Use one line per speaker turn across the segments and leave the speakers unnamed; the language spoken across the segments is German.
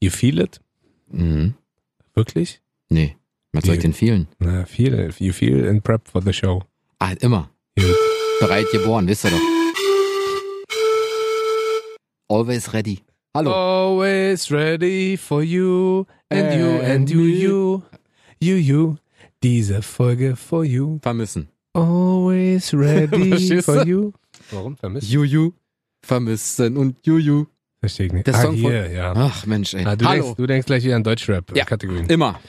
You feel it?
Mhm.
Wirklich?
Nee. Was soll ich
Wie?
denn vielen?
Na, feel it. You feel in prep for the show.
Ah, immer.
You-
Bereit geboren, wisst ihr doch. Always ready. Hallo.
Always ready for you and you and
And
you,
me.
you, you, you. Diese Folge for you.
Vermissen.
Always ready
Verstehst
for
du?
you. Warum vermisst
Juju. Vermissen und Juju.
Verstehe ich nicht.
Der
ah,
Song von-
hier, ja.
Ach Mensch, ey.
Ah, du,
Hallo.
denkst, du denkst gleich wieder an Deutschrap
Ja.
Kategorien.
Immer.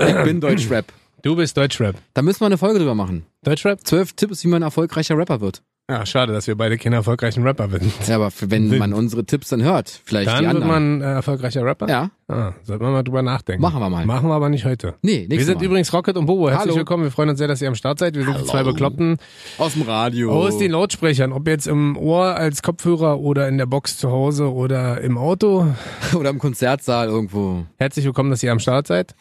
Ich bin Deutschrap.
Du bist Deutschrap.
Da müssen wir eine Folge drüber machen.
Deutschrap?
Zwölf Tipps, wie man erfolgreicher Rapper wird.
Ja, schade, dass wir beide keine erfolgreichen Rapper sind.
Ja, aber für- wenn
Sind.
man unsere Tipps dann hört, vielleicht
Dann
die
wird
anderen.
man äh, erfolgreicher Rapper?
ja,
Ah, sollten wir mal drüber nachdenken.
machen wir mal.
Machen wir aber nicht heute.
nee,
wir
nächstes
sind
Mal.
übrigens Rocket und Bobo. Herzlich
Hallo.
willkommen. Wir freuen uns sehr, dass ihr am Start seid. Wir sind die
Hallo.
zwei Bekloppten
Aus dem Radio.
aus den Lautsprechern. Ob jetzt im Ohr als Kopfhörer oder in der Box zu Hause oder im Auto.
Oder im Konzertsaal irgendwo.
Herzlich willkommen, dass ihr am Start seid.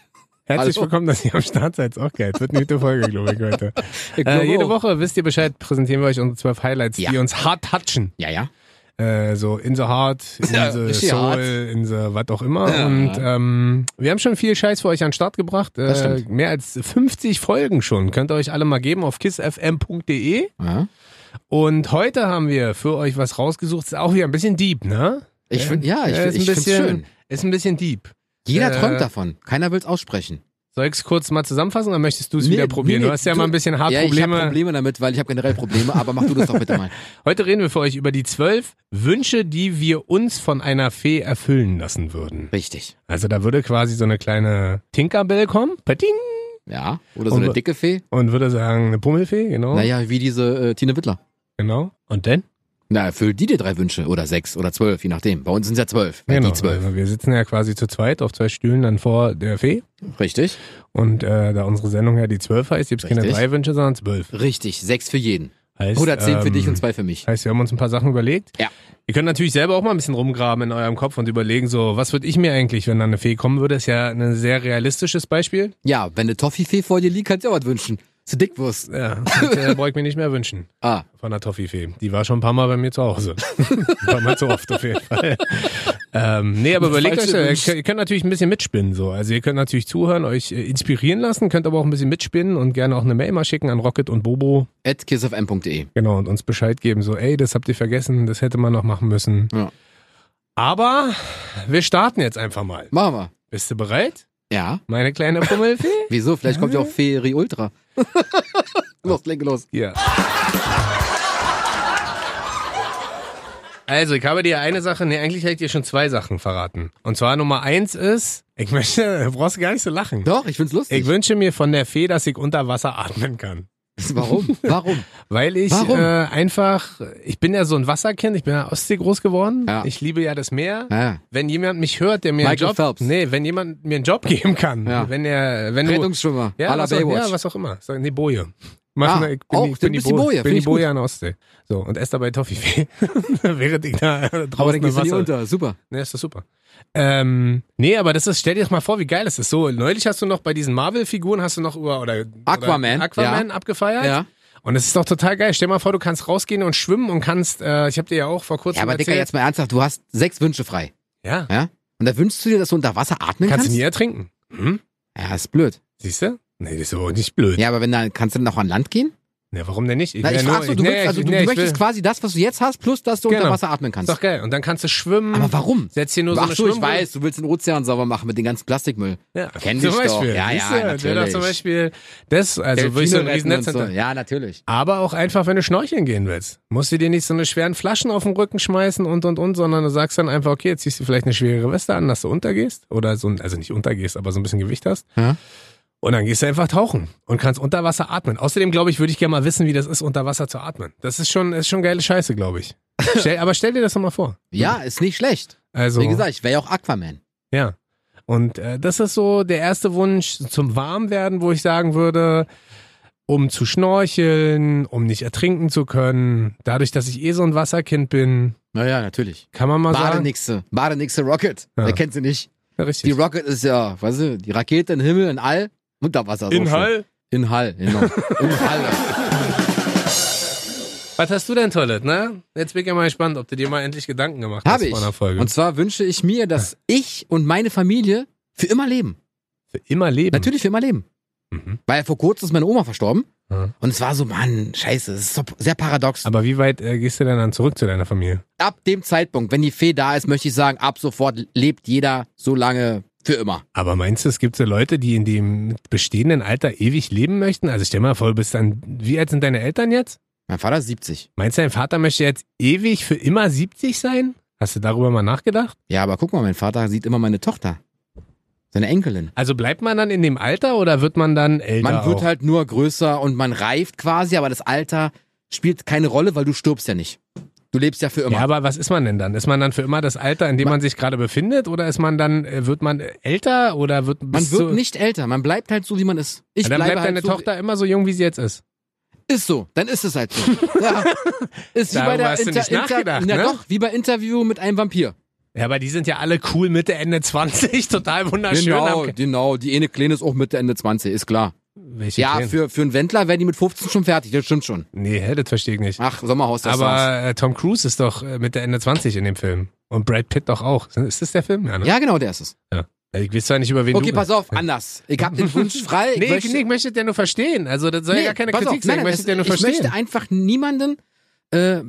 Herzlich
Hallo.
willkommen, dass ihr am Start seid. Ist Auch geil. Es wird eine gute Folge, glaube ich, heute.
Ich
Äh,
glaube
jede
auch.
Woche, wisst ihr Bescheid, präsentieren wir euch unsere zwölf Highlights,
Ja.
die uns hart touchen.
Ja, ja.
Äh, so in the heart, in
Ja,
the
richtig
soul,
hart.
in the was auch immer.
Ja.
Und ähm, wir haben schon viel Scheiß für euch an den Start gebracht.
Das
Äh,
stimmt.
mehr als 50 Folgen schon. Könnt ihr euch alle mal geben auf kissfm.de.
ja.
Und heute haben wir für euch was rausgesucht. Ist auch wieder ein bisschen deep, ne?
Ich finde, ja, ich,
Äh,
find- ich finde
bisschen,
schön.
Ist ein bisschen deep.
Jeder
äh,
träumt davon. Keiner will es aussprechen.
Soll ich es kurz mal zusammenfassen oder möchtest du es
Nee,
wieder probieren?
nee,
du hast ja
du-
mal ein bisschen hart
ja, ich habe
Probleme.
Probleme damit, weil ich habe generell Probleme, aber mach du das doch bitte mal.
Heute reden wir für euch über die zwölf Wünsche, die wir uns von einer Fee erfüllen lassen würden.
Richtig.
Also da würde quasi so eine kleine Tinkerbell kommen, pating,
Ja. Oder so
Und
eine
wa-
dicke Fee.
und würde sagen, eine Pummelfee, genau.
Naja, wie diese äh, Tine Wittler.
Genau. Und dann?
Na, erfüll die dir drei Wünsche oder sechs oder zwölf, je nachdem. Bei uns sind es ja zwölf. Äh,
Genau.
Die zwölf.
Also wir sitzen ja quasi zu zweit auf zwei Stühlen dann vor der Fee.
Richtig?
Und äh, da unsere Sendung ja die zwölf heißt, gibt es keine
Richtig.
drei Wünsche, sondern zwölf.
Richtig. Sechs für jeden.
Heißt,
Oder zehn für
ähm,
dich und zwei für mich.
Heißt, wir haben uns ein paar Sachen überlegt.
Ja.
Ihr könnt natürlich selber auch mal ein bisschen rumgraben in eurem Kopf und überlegen, so, was würde ich mir eigentlich, wenn da eine Fee kommen würde? Ist ja ein sehr realistisches Beispiel.
Ja, wenn eine Toffifee vor dir liegt, kannst du dir auch was wünschen. Zu Dickwurst.
Ja, das äh, brauche ich mir nicht mehr wünschen.
Ah,
von der Toffifee. Die war schon ein paar Mal bei mir zu Hause. ein paar Mal zu oft auf jeden Fall. ähm, nee, aber überlegt
Falsche
euch,
Wünsche.
ihr, ihr könnt natürlich ein bisschen mitspinnen. so. Also ihr könnt natürlich zuhören, euch äh, inspirieren lassen, könnt aber auch ein bisschen mitspinnen und gerne auch eine Mail mal schicken an Rocket und Bobo.
at kissfm.de.
Genau, und uns Bescheid geben, so ey, das habt ihr vergessen, das hätte man noch machen müssen.
Ja.
Aber wir starten jetzt einfach mal.
Machen wir.
Bist du bereit?
Ja.
Meine kleine Pummelfee?
Wieso? Vielleicht kommt ja auch Feri Ultra. los, leg los.
Ja. Also, ich habe dir eine Sache, nee, eigentlich hätte ich dir schon zwei Sachen verraten. Und zwar Nummer eins ist, ich möchte, du brauchst gar nicht so lachen.
Doch, ich find's lustig.
Ich wünsche mir von der Fee, dass ich unter Wasser atmen kann.
Warum? Warum?
Weil ich äh,
Warum?
einfach, ich bin ja so ein Wasserkind, ich bin ja Ostsee groß geworden.
Ja.
Ich liebe ja das Meer.
Ah Ja.
Wenn jemand mich hört, der mir
Michael
einen Job,
Phelps.
nee, wenn jemand mir einen Job geben kann,
Ja.
wenn er, wenn du,
Rettungsschwimmer.
ja,
à la
was auch,
Baywatch.
ja, was auch immer. Sag, nee, Boje. Mach
Ah,
mal, ich bin,
auch,
die- ich
du
bin die
bist die
Boje,
Boje,
bin
find
die
ich gut.
Boje an der Ostsee. So, und ess dabei Toffifee. Während ich da
Aber
draußen
dann
im
gehst du nie
Wasser.
unter. Super.
Nee, ist das super. Ähm, nee, aber das ist, stell dir das mal vor, wie geil das ist. So, neulich hast du noch bei diesen Marvel-Figuren hast du noch über, oder,
Aquaman,
oder Aquaman abgefeiert.
Ja.
Und es ist doch total geil. Stell mal vor, du kannst rausgehen und schwimmen und kannst, äh, ich habe dir ja auch vor kurzem
Ja, aber Dicker,
erzählt,
jetzt mal ernsthaft. Du hast sechs Wünsche frei.
ja,
Ja? Und da wünschst du dir, dass du unter Wasser atmen
kannst
kannst?
du nie ertrinken. Hm?
ja, ist blöd.
Siehst du? Nee, das ist aber auch nicht blöd.
Ja, aber wenn dann, kannst du dann auch an Land gehen?
Nee, warum denn nicht?
Na,
will
ich
ja nur-
frag so, du,
nee,
willst, also,
ich-
du,
nee,
du
ich
möchtest
will-
quasi das, was du jetzt hast, plus dass du unter
Genau.
Wasser atmen
Ist
kannst.
doch geil. Und dann kannst du schwimmen.
Aber warum?
Setzt hier nur so
Ach
eine
so, ich
Schwimmbrille-
weiß, du willst den Ozean sauber machen mit dem ganzen Plastikmüll.
Ja.
Kenn
zum
dich doch.
Beispiel.
Ja, ja,
Siehst du, das wäre doch
natürlich.
zum Beispiel das, also würde ich so
Delfine
ein
Äh, retten
Riesennetz
und so.
hinter.
Ja, natürlich.
Aber auch einfach, wenn du schnorcheln gehen willst. Musst du dir nicht so eine schweren Flaschen auf den Rücken schmeißen und und und, sondern du sagst dann einfach, okay, jetzt ziehst du vielleicht eine schwere Weste an, dass du untergehst. Oder so ein, also nicht untergehst, aber so ein bisschen Gewicht hast.
Ja.
Und dann gehst du einfach tauchen und kannst unter Wasser atmen. Außerdem, glaube ich, würde ich gerne mal wissen, wie das ist, unter Wasser zu atmen. Das ist schon, ist schon geile Scheiße, glaube ich. stell, aber stell dir das doch mal vor.
Ja, ist nicht schlecht.
Also,
Wie gesagt, ich wäre ja auch Aquaman.
Ja. Und äh, das ist so der erste Wunsch zum Warmwerden, wo ich sagen würde, um zu schnorcheln, um nicht ertrinken zu können. Dadurch, dass ich eh so ein Wasserkind bin,
Naja, natürlich.
kann man mal sagen.
Badenixe. Badenixe Rocket.
Also Ja.
Wer kennt sie nicht? Die
Ja, richtig.
Rocket ist ja, weißt du, die Rakete in Himmel, in All, also unter Wasser. ist auch schön.
Inhalt.
In Hall, genau. In Hall.
Was hast du denn Toilette, ne? Jetzt bin ich ja mal gespannt, ob du dir mal endlich Gedanken gemacht hast
Habe ich.
vor einer Folge.
Und zwar wünsche ich mir, dass ich und meine Familie für immer leben.
für immer leben.
Natürlich für immer leben.
Mhm.
Weil vor kurzem ist meine Oma verstorben.
Ja.
Und es war so, Mann, scheiße, es ist so sehr paradox.
Aber wie weit äh, gehst du denn dann zurück zu deiner Familie?
Ab dem Zeitpunkt, wenn die Fee da ist, möchte ich sagen, ab sofort lebt jeder so lange für immer.
Aber meinst du, es gibt so Leute, die in dem bestehenden Alter ewig leben möchten? Also stell mal vor, du bist dann, wie alt sind deine Eltern jetzt?
Mein Vater ist 70.
Meinst du, dein Vater möchte jetzt ewig für immer 70 sein? Hast du darüber mal nachgedacht?
Ja, aber guck mal, mein Vater sieht immer meine Tochter. Seine Enkelin.
Also bleibt man dann in dem Alter oder wird man dann älter?
Man wird
auch?
halt nur größer und man reift quasi, aber das Alter spielt keine Rolle, weil du stirbst ja nicht. Du lebst ja für immer.
Ja, aber was ist man denn dann? Ist man dann für immer das Alter, in dem man, sich gerade befindet? Oder ist man dann, äh, wird man älter oder wird
man
bis
wird
zu,
nicht älter, man bleibt halt so, wie man ist. Ich
Ja, Dann
bleibe
bleibt
halt
deine
so,
Tochter immer so jung, wie sie jetzt ist.
Ist so, dann ist es halt so. ja. Ist wie
Darüber
bei der
hast du nicht nachgedacht,
na
ne?
doch, wie bei Interview mit einem Vampir.
Ja, aber die sind ja alle cool Mitte, Ende 20, total wunderschön.
genau,
Am-
genau, die eine Kleine ist auch Mitte, Ende 20, ist klar.
Welche
ja,
Kleine?
für, für einen Wendler wären die mit 15 schon fertig, das stimmt schon.
Nee, hä, das verstehe ich nicht.
Ach, Sommerhaus, das war's.
aber äh, Tom Cruise ist doch äh, Mitte, Ende 20 in dem Film. Und Brad Pitt doch auch. Ist das der Film? Ja, ne?
Ja, genau, der ist es.
Ich weiß zwar nicht, über wen
Okay,
du
pass auf, anders. Ich hab den Wunsch frei. Ich
Nee,
möchte-
ich, nee, ich möchte den nur verstehen. Also das soll ja
Nee,
gar keine
pass auf,
Kritik sein.
nein,
Ich möchte
das-
den nur
ich
verstehen.
möchte einfach niemanden äh,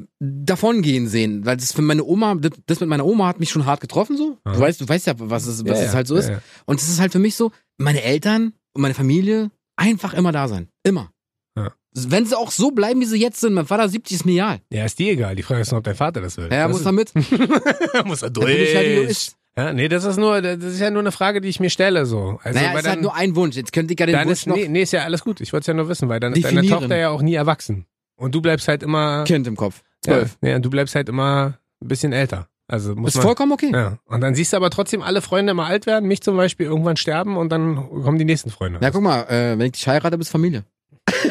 davongehen sehen, weil das für meine Oma, das, das mit meiner Oma hat mich schon hart getroffen so.
Ja.
Du weißt, du weißt ja, was es, was
Ja,
es
ja,
halt so
ja,
ist.
ja.
Und es ist halt für mich so, meine Eltern und meine Familie einfach immer da sein, immer.
Ja.
Wenn sie auch so bleiben, wie sie jetzt sind, mein Vater 70 ist mir egal.
Ja, ist dir egal. Die Frage ist nur, ob dein Vater das will.
Ja,
das
muss er mit. Dann
ist, muss er
bin ich halt Egoist.
ja, nee, das ist nur, das ist ja nur eine Frage, die ich mir stelle. So. Also,
Naja,
weil
es ist halt nur ein Wunsch. Jetzt könnte ich ja den
dann
Wunsch
ist,
noch
nee, nee, ist ja alles gut. Ich wollte es ja nur wissen, weil dann ist deine
Definieren.
Tochter ja auch nie erwachsen. Und du bleibst halt immer.
Kind im Kopf.
Ja,
Zwölf.
nee, und du bleibst halt immer ein bisschen älter. Also muss
Ist
man.
vollkommen okay.
Ja. Und dann siehst du aber trotzdem alle Freunde immer alt werden, mich zum Beispiel irgendwann sterben und dann kommen die nächsten Freunde.
Na guck mal, äh, wenn ich dich heirate, bist du Familie.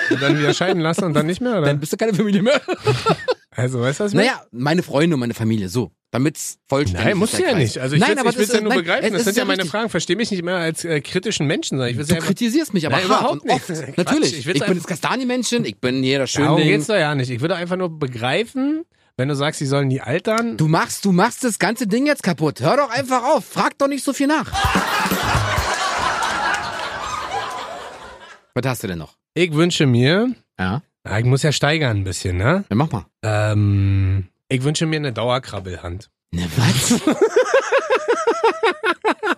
Und dann wieder scheiden lassen und dann nicht mehr, oder?
Dann bist du keine Familie mehr.
Also, weißt du was? ich meine?
Naja, meine Freunde und meine Familie, so. damit's vollständig
Nein,
ist,
musst du
der
ja
Kreis.
nicht. Also ich
Nein,
will's-
aber
ich will es
das
ja
ist-
nur
nein,
begreifen.
es
Das
ist
sind ja
ja
meine
richtig.
Fragen. Versteh mich nicht mehr als äh, kritischen Menschen, sondern ich will
Du
ja einfach.
kritisierst mich aber
Nein,
hart
überhaupt
und
nicht.
oft.
Quatsch,
Natürlich,
ich
ich,
will's
bin
einfach-
das Kastanienmännchen, ich bin hier das
Darum
Schöne.
geht's doch ja nicht. Ich würde einfach nur begreifen, wenn du sagst, sie sollen nie altern.
Du machst, du machst das ganze Ding jetzt kaputt. Hör doch einfach auf, frag doch nicht so viel nach. Was hast du denn noch?
Ich wünsche mir,
Ja,
Ah, ich muss ja steigern ein bisschen, ne?
dann mach mal.
Ähm, ich wünsche mir eine Dauerkrabbelhand.
Ne, was?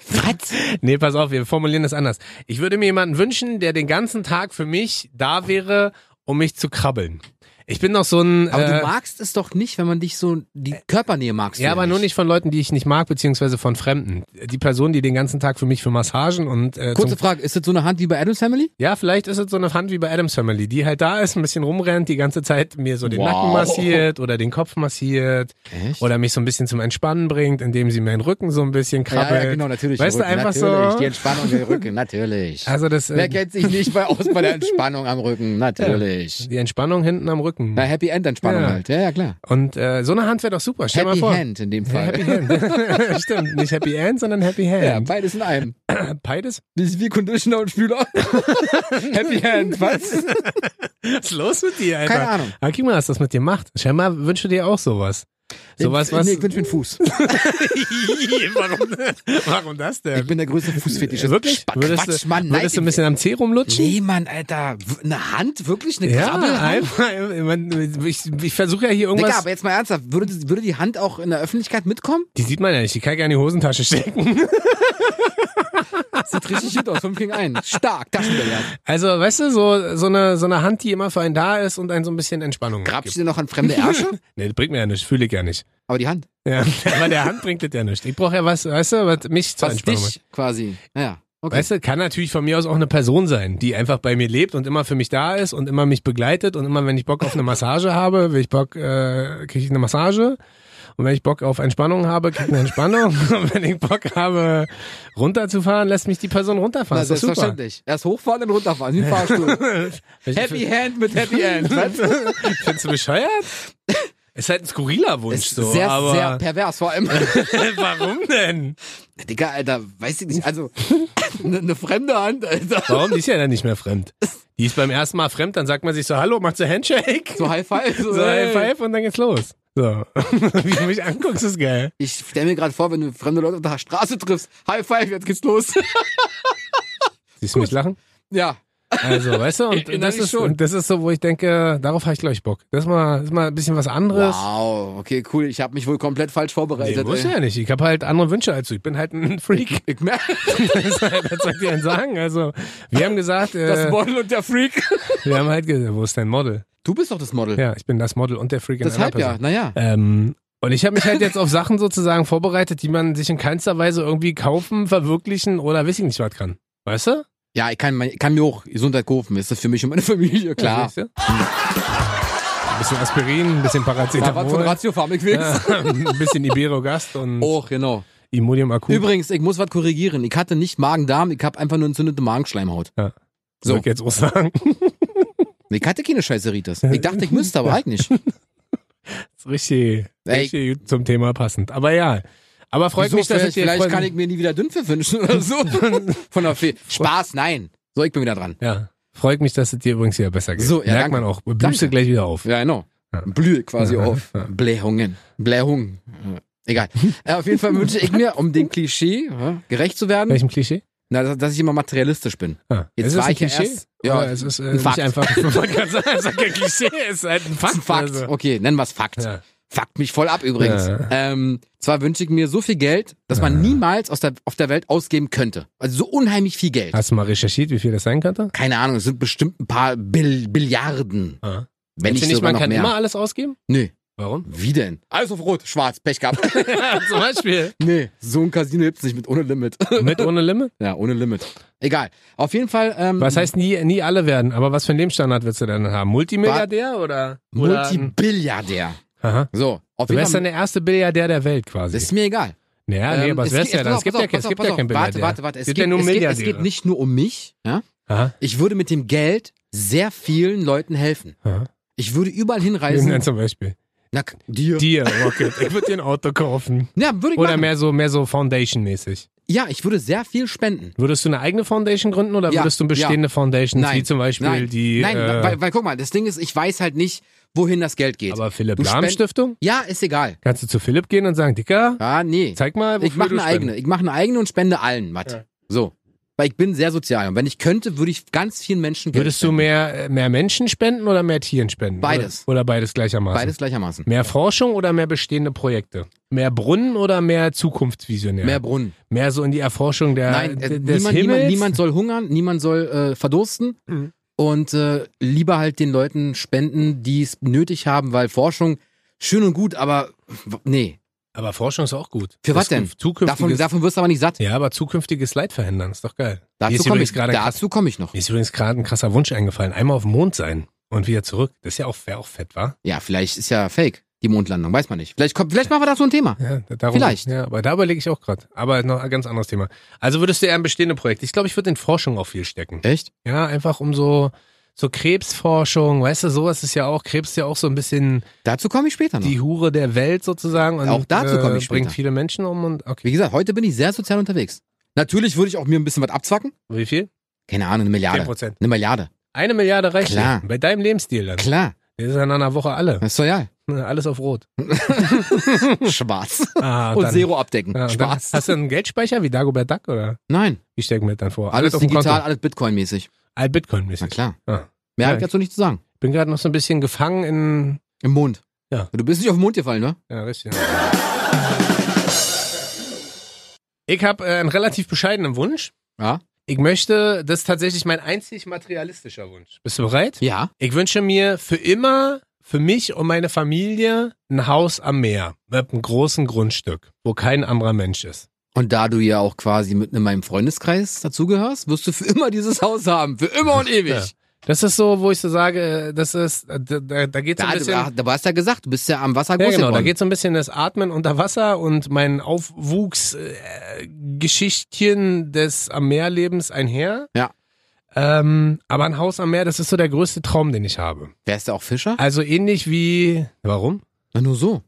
was?
Nee, pass auf, wir formulieren das anders. Ich würde mir jemanden wünschen, der den ganzen Tag für mich da wäre, um mich zu krabbeln. Ich bin noch so ein.
Aber
äh,
du magst es doch nicht, wenn man dich so die Körpernähe magst. du
Ja, aber
nicht.
nur nicht von Leuten, die ich nicht mag, beziehungsweise von Fremden. Die Person, die den ganzen Tag für mich für Massagen und äh,
Kurze
zum,
Frage, ist das so eine Hand wie bei Adams Family?
ja, vielleicht ist es so eine Hand wie bei Adams Family, die halt da ist, ein bisschen rumrennt, die ganze Zeit mir so den
Wow.
Nacken massiert oder den Kopf massiert
Echt?
oder mich so ein bisschen zum Entspannen bringt, indem sie meinen Rücken so ein bisschen krabbelt.
Ja, ja, genau, natürlich.
Weißt du,
Rücken,
einfach
natürlich.
so.
Die Entspannung der Rücken, natürlich.
Also das
Wer
äh,
kennt sich nicht bei, aus bei der Entspannung am Rücken? Natürlich.
die Entspannung hinten am Rücken.
Na, Happy End Entspannung
Ja.
halt. Ja, ja, klar.
Und äh, so eine Hand wäre doch super. Stell
Happy
mal vor.
Hand in dem
Ja,
Fall.
Happy Hand. Stimmt, nicht Happy End, sondern Happy
ja,
Hand.
beides in einem.
Ja, Beides?
Das ist wie Conditioner und Spüler. Happy Hand, was?
Was ist los mit dir, Alter?
Keine Ahnung.
Aber guck mal, was das mit dir macht. Scheinbar wünschst du dir auch sowas. Sowas, was.
Nee, ich wünsche mir einen Fuß.
warum, warum das
Ich
denn?
bin der größte Fußfetisch.
Wirklich? Würdest,
Quatsch,
du,
Mann, nein.
würdest du ein bisschen am Zeh rumlutschen?
Nee, Mann, Alter. W- Eine Hand? Wirklich? Eine
Ja,
Krabbelhand?
einfach. Ich, mein, ich, ich versuche ja hier
Digga,
irgendwas.
aber jetzt mal ernsthaft. Würde, würde die Hand auch in der Öffentlichkeit mitkommen?
die sieht man ja nicht. Die kann ich ja in die Hosentasche stecken.
Sieht richtig gut aus. Fünf gegen einen. Stark. Taschenbillard.
Also, weißt du, so, so, eine, so eine Hand, die immer für einen da ist und einen so ein bisschen Entspannung
Grabst
gibt.
du dir noch an fremde Ärsche?
Nee, das bringt mir ja nicht. Fühle ich ja nicht.
Aber die Hand.
Ja, aber der Hand bringt das ja nicht. Ich brauche ja was, weißt du, was mich zur
Was
Entspannung macht.
dich quasi. Naja. Okay.
Weißt du, kann natürlich von mir aus auch eine Person sein, die einfach bei mir lebt und immer für mich da ist und immer mich begleitet und immer, wenn ich Bock auf eine Massage habe, will ich Bock, äh, kriege ich eine Massage. Und wenn ich Bock auf Entspannung habe, kriege ich eine Entspannung. Und wenn ich Bock habe, runterzufahren, lässt mich die Person runterfahren.
Na,
Das ist doch super.
selbstverständlich. Erst hochfahren, dann runterfahren. Wie ein Fahrstuhl. Happy Hand mit Happy End. Weißt du?
Findest du bescheuert? Ist halt ein skurriler Wunsch,
Ist
so.
sehr,
aber
sehr pervers vor allem.
warum denn?
Digga, Alter, weiß ich nicht. Also, Eine eine fremde Hand, Alter.
Warum? Die ist ja dann nicht mehr fremd. Die ist beim ersten Mal fremd, dann sagt man sich so, hallo, macht so Handshake.
So High Five. So,
So,
hey.
High Five und dann geht's los. So. Wie du mich anguckst, ist geil.
Ich stell mir gerade vor, wenn du fremde Leute auf der Straße triffst. High Five, jetzt geht's los.
Siehst du mich lachen?
ja.
Also, weißt du, und das
Innerlich
ist,
schon.
und das ist so, wo ich denke, darauf habe ich gleich Bock. Das ist mal, das ist mal ein bisschen was anderes.
Wow, okay, cool. Ich habe mich wohl komplett falsch
Nee,
vorbereitet.
muss
ey.
ja nicht. Ich habe halt andere Wünsche als du. Also, Ich bin halt ein Freak.
Ich merke,
das soll ich dir denn sagen? Also, wir haben gesagt,
das
äh,
Model und der Freak.
wir haben halt gesagt, wo ist dein Model?
Du bist doch das Model.
Ja, ich bin das Model und der Freak in einer
Deshalb ja,
Person.
naja.
Ähm, und ich habe mich halt jetzt auf Sachen sozusagen vorbereitet, die man sich in keinster Weise irgendwie kaufen, verwirklichen oder weiß ich nicht was kann. Weißt du?
Ja, ich kann, mein- kann mir auch Gesundheit kaufen. Ist das für mich und meine Familie, klar.
Siehst du? Ein bisschen Aspirin, ein bisschen
Ja, was von
Paracetamol,
Ratio Pharmacwix?
ja, ein bisschen Iberogast und
Och, genau.
Imodium Akut.
Übrigens, ich muss was korrigieren. Ich hatte nicht Magen-Darm, ich habe einfach nur entzündete Magenschleimhaut.
Soll ich jetzt auch sagen.
Ich hatte keine Scheißeritis. Ich dachte, ich müsste, aber halt nicht.
Ist richtig,
Ey.
richtig gut zum Thema passend. Aber ja. Aber freut
Wieso?
mich, dass ich
vielleicht
dir
vielleicht
freuen-
kann ich mir nie wieder Dünnpfiff wünschen oder so. Von der Fee. Spaß, nein. So, ich bin wieder dran.
Ja. Freut mich, dass es dir übrigens wieder besser geht.
So, ja,
Merkt
danke.
man auch. Blühst du
Danke.
gleich wieder auf.
Ja, genau. Blühe quasi auf. Blähungen. Blähungen. Ja, Egal. Äh, auf jeden Fall wünsche ich mir, um dem Klischee ja, gerecht zu werden,
Welchem Klischee?
na, dass- dass ich immer materialistisch bin.
Ah.
Jetzt
ist es
war
ein
ich ja
Klischee.
erst- ja,
Oder es ist äh,
ein
nicht
Fakt.
einfach. Man kann sagen, es ist halt kein Klischee, es ist halt ein Fakt.
Ein Fakt.
Also.
Okay, nennen wir es Fakt.
Ja.
Fuckt mich voll ab übrigens.
Ja.
Ähm, zwar wünsche ich mir so viel Geld, dass man niemals aus der, auf der Welt ausgeben könnte. Also so unheimlich viel Geld.
Hast du mal recherchiert, wie viel das sein könnte?
Keine Ahnung, es sind bestimmt ein paar Bill Billiarden.
Ah.
Wenn
Findest
ich
du nicht,
sogar
man
noch
kann
mehr.
immer alles ausgeben?
Nö,
Warum?
wie denn? Alles auf Rot, Schwarz, Pech gehabt.
Zum Beispiel.
nee, so ein Casino hilft nicht mit ohne Limit.
Mit ohne Limit?
ja, ohne Limit. Egal. Auf jeden Fall. Ähm,
Was heißt nie, nie alle werden? Aber was für einen Lebensstandard willst du denn haben? Multimilliardär oder? oder ein-
Multibilliardär.
Aha.
So, auf
Du
jeden
wärst dann
Fall.
der erste Billiardär der Welt
Das ist
quasi.
mir egal.
Naja, nee,
Ähm,
aber es wär's
geht-
ja dann.
pass
Es gibt
auf,
ja,
pass
es
auf,
gibt
pass
ja
auf.
keinen Billiardär.
Warte, warte, warte. Es
gibt
geht,
ja nur
es, geht, es
Milliardäre.
geht nicht nur um mich. Ja?
Aha,
Ich würde mit dem Geld sehr vielen Leuten helfen.
aha.
Ich würde überall
Wem denn
hinreisen.
zum Beispiel?
Na, k- dir.
Dir, Rocket. Ich würde dir ein Auto kaufen.
Ja, würde ich
Oder
machen.
mehr so, mehr so Foundation-mäßig.
Ja, ich würde sehr viel spenden.
Würdest du eine eigene Foundation gründen oder
Ja,
würdest du bestehende Foundations,
Nein.
wie zum Beispiel
Nein,
die.
nein,
äh,
weil, weil guck mal, das Ding ist, ich weiß halt nicht, wohin das Geld geht.
aber Philipp
Du
Lahm
spend-
Stiftung?
ja, ist egal.
Kannst du zu Philipp gehen und sagen, Dicker,
Ah, nee.
zeig mal, wofür
Ich mache
du
eine eigene. Ich mache eine eigene und spende allen, Matt.
Ja.
So. Weil ich bin sehr sozial. Und wenn ich könnte, würde ich ganz vielen Menschen Geld
Würdest du
spenden.
mehr, äh, mehr Menschen spenden oder mehr Tieren spenden?
Beides.
Oder, oder beides gleichermaßen?
Beides gleichermaßen.
Mehr Forschung oder mehr bestehende Projekte? Mehr Brunnen oder mehr Zukunftsvisionär?
Mehr Brunnen.
mehr so in die Erforschung der,
Nein, äh,
d- des
niemand,
Himmels?
niemand, niemand soll hungern, niemand soll äh, verdursten
Mhm.
und äh, lieber halt den Leuten spenden, die es nötig haben, weil Forschung schön und gut, aber w- nee,
Aber Forschung ist auch gut.
Für was
Das
denn? davon,
Zukünftiges,
davon wirst du aber nicht satt.
ja, aber zukünftiges Leid verhindern, ist doch geil. mir
Dazu
ist
komme
übrigens
ich,
gerade ein krass-
dazu komm ich noch.
mir ist übrigens gerade ein krasser Wunsch eingefallen. Einmal auf dem Mond sein und wieder zurück. Das ist ja auch, wäre auch fett, wa?
Ja, vielleicht ist ja fake, die Mondlandung, weiß man nicht. Vielleicht, kommt, vielleicht machen wir dazu ein Thema.
Ja, da- darum,
Vielleicht.
Ja, aber da überlege ich auch gerade. Aber noch ein ganz anderes Thema. Also würdest du eher ein bestehendes Projekt? Ich glaube, ich würde in Forschung auch viel stecken.
Echt?
Ja, einfach um so, so Krebsforschung, weißt du, sowas ist ja auch, Krebs ist ja auch so ein bisschen
Dazu komme ich später noch.
die Hure der Welt sozusagen. Und,
Genau.
äh,
Auch dazu komme ich
Bringt
später.
viele Menschen um und, okay.
Wie gesagt, heute bin ich sehr sozial unterwegs. Natürlich würde ich auch mir ein bisschen was abzwacken.
Wie viel?
Keine Ahnung, eine Milliarde.
10%.
Eine Milliarde.
Eine Milliarde reicht
Klar.
dir. Bei deinem Lebensstil dann.
Klar,
Das ist ja nach einer Woche alle. Ne,
das ist sozial.
Alles auf Rot.
Schwarz.
Ah,
Und
dann-
Zero abdecken.
Ja, und dann-
Spaß.
Hast du einen Geldspeicher wie Dagobert Duck oder?
Nein.
Wie stecken wir das dann vor?
Alles
auf dem
digital,
Konto.
alles Bitcoin-mäßig.
All Bitcoin
Na
mäßig.
klar.
Ja.
Mehr habe ich
Ja.
dazu nicht zu sagen.
Bin gerade noch so ein bisschen gefangen in.
Im Mond.
Ja.
Du bist nicht auf den Mond gefallen, ne?
Ja, richtig. Ich habe äh, einen relativ bescheidenen Wunsch.
Ja.
Ich möchte, das ist tatsächlich mein einzig materialistischer Wunsch. Bist du bereit?
Ja.
Ich wünsche mir für immer, für mich und meine Familie, ein Haus am Meer mit einem großen Grundstück, wo kein anderer Mensch ist.
Und da du ja auch quasi mitten in meinem Freundeskreis dazugehörst, wirst du für immer dieses Haus haben. Für immer und ewig.
Ja. Das ist so, wo ich so sage, äh, das ist, äh, da, da, da geht so
Da, du,
ein bisschen.
da, da hast du ja gesagt, du bist ja am Wasser groß
Ja, genau, da
geworden.
geht so ein bisschen das Atmen unter Wasser und mein Aufwuchsgeschichtchen des am Meerlebens einher.
Ja.
Ähm, aber ein Haus am Meer, das ist so der größte Traum, den ich habe.
Wärst du auch Fischer?
Also ähnlich wie. Warum?
Na, nur so.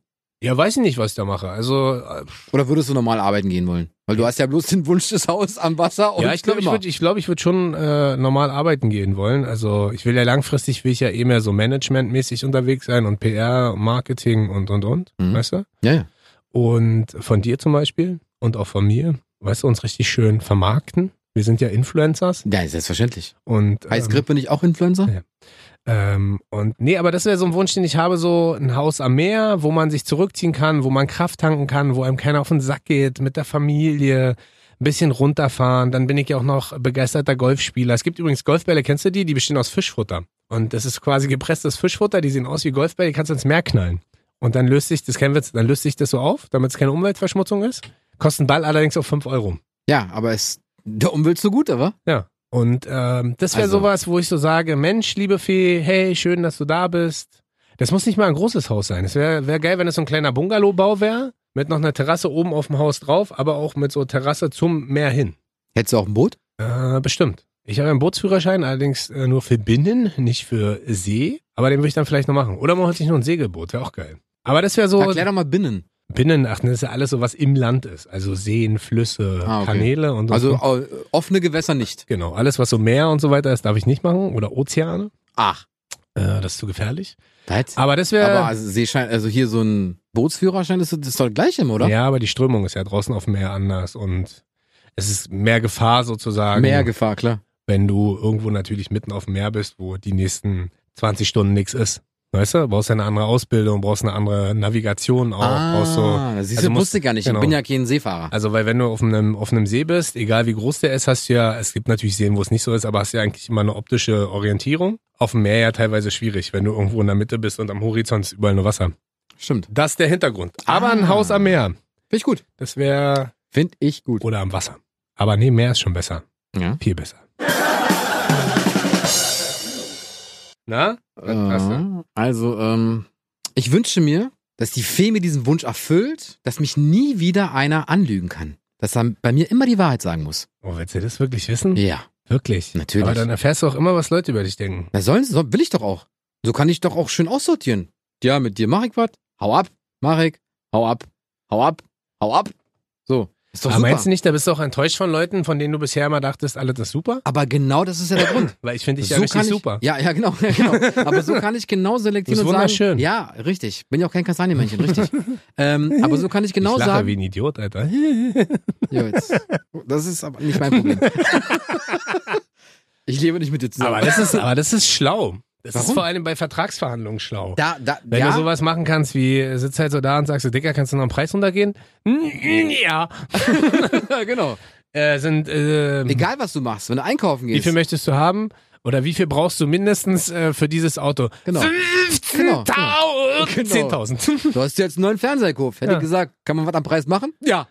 Ja, weiß ich nicht, was ich da mache. Also, äh,
Oder würdest du normal arbeiten gehen wollen? Weil du hast ja bloß den Wunsch des Haus am Wasser und
ja, ich glaube, ich
Schwimmer.
würde ich glaub, ich würd schon äh, normal arbeiten gehen wollen. Also, ich will ja langfristig, will ich ja eh mehr so managementmäßig unterwegs sein und PR, Marketing und, und, und.
Mhm.
Weißt du?
Ja, ja.
Und von dir zum Beispiel und auch von mir, weißt du, uns richtig schön vermarkten. Wir sind ja Influencers
ja, selbstverständlich.
und
Heißt
ähm,
Grippe nicht auch Influencer?
Ähm, und nee, aber das wäre so ein Wunsch, den ich habe, so ein Haus am Meer, wo man sich zurückziehen kann, wo man Kraft tanken kann, wo einem keiner auf den Sack geht, mit der Familie, ein bisschen runterfahren. Dann bin ich ja auch noch begeisterter Golfspieler. Es gibt übrigens Golfbälle, kennst du die? Die bestehen aus Fischfutter. Und das ist quasi gepresstes Fischfutter, die sehen aus wie Golfbälle, die kannst du ins Meer knallen. Und dann löst sich, das ist kein Witz, dann löst sich das so auf, damit es keine Umweltverschmutzung ist. Kostet ein Ball allerdings auch 5 Euro.
Ja, aber ist der Umwelt so gut, aber?
Ja. Und ähm, das wäre
Also-
sowas, wo ich so sage, Mensch, liebe Fee, hey, schön, dass du da bist. Das muss nicht mal ein großes Haus sein. Es wäre wär geil, wenn es so ein kleiner Bungalowbau wäre, mit noch einer Terrasse oben auf dem Haus drauf, aber auch mit so Terrasse zum Meer hin.
Hättest du auch ein Boot?
Äh, bestimmt. Ich habe einen Bootsführerschein, allerdings äh, nur für Binnen, nicht für See. Aber den würde ich dann vielleicht noch machen. Oder man holt sich noch ein Segelboot, wäre auch geil. Aber das wäre so
Erklär doch mal Binnen.
Binnen, ach, das ist ja alles so, was im Land ist. Also Seen, Flüsse,
Ah, okay.
Kanäle und so.
Also äh, offene Gewässer nicht.
Genau, alles was so Meer und so weiter ist, darf ich nicht machen oder Ozeane.
Ach,
Äh, das ist zu gefährlich.
was?
Aber äh, das
Aber
wäre
also Seeschein, also hier so ein Bootsführerschein, das ist, das ist doch gleich immer, oder?
ja, aber die Strömung ist ja draußen auf dem Meer anders und es ist mehr Gefahr sozusagen,
Mehr Gefahr, klar.
wenn du irgendwo natürlich mitten auf dem Meer bist, wo die nächsten 20 Stunden nichts ist. Weißt du, brauchst ja eine andere Ausbildung, brauchst eine andere Navigation auch, brauchst so
das Ah, siehst
also
du,
musst-
wusste ich gar nicht.
genau.
Ich bin ja kein Seefahrer.
also weil wenn du auf einem auf einem See bist, egal wie groß der ist, hast du ja, es gibt natürlich Seen, wo es nicht so ist, aber hast ja eigentlich immer eine optische Orientierung. Auf dem Meer ja teilweise schwierig, wenn du irgendwo in der Mitte bist und am Horizont ist überall nur Wasser.
Stimmt.
Das ist der Hintergrund. Aber ein
Ah.
Haus am Meer,
Finde ich gut.
das wäre.
Finde ich gut.
Oder am Wasser. Aber nee, Meer ist schon besser.
Ja.
Viel besser. Na? Was hast du?
Äh, also, ähm, ich wünsche mir, dass die Fee mir diesen Wunsch erfüllt, dass mich nie wieder einer anlügen kann. Dass er bei mir immer die Wahrheit sagen muss.
Oh, willst du das wirklich wissen?
Ja.
Wirklich.
Natürlich.
Aber dann erfährst du auch immer, was Leute über dich denken.
Na, sollen sie, soll, will ich doch auch. So kann ich doch auch schön aussortieren. Ja, mit dir mach ich was. Hau ab, mach ich. Hau ab, hau ab, hau ab. So. Ist doch
Aber
super.
meinst du nicht, da bist du auch enttäuscht von Leuten, von denen du bisher immer dachtest, alles ist super?
Aber genau das ist ja der Grund.
Weil ich finde dich ja
so
richtig
kann ich,
super.
Ja, ja, genau, ja, genau. Aber so kann ich genau selektieren
Das ist
und
wunderschön.
sagen. Ja, richtig. Bin ja auch kein Kastanienmännchen, richtig. ähm, aber so kann ich genau
ich lache
sagen.
wie ein Idiot, Alter.
Ja, jetzt. Das ist aber nicht mein Problem. ich lebe nicht mit dir zusammen.
aber, das ist, aber das ist schlau. Das ist
Warum?
vor allem bei Vertragsverhandlungen schlau.
da, da,
Wenn
ja,
du sowas machen kannst, wie äh, sitzt halt so da und sagst, so, Dicker, kannst du noch einen Preis runtergehen? Mm, Ja.
genau.
Äh, sind, äh,
Egal was du machst, wenn du einkaufen
wie
gehst.
viel möchtest du haben? Oder wie viel brauchst du mindestens äh, für dieses Auto?
Genau.
15.000.
Genau, genau.
10.000.
Du hast dir jetzt einen neuen Fernseher gekauft. Hätte
Ja.
ich gesagt, kann man was am Preis machen? Ja.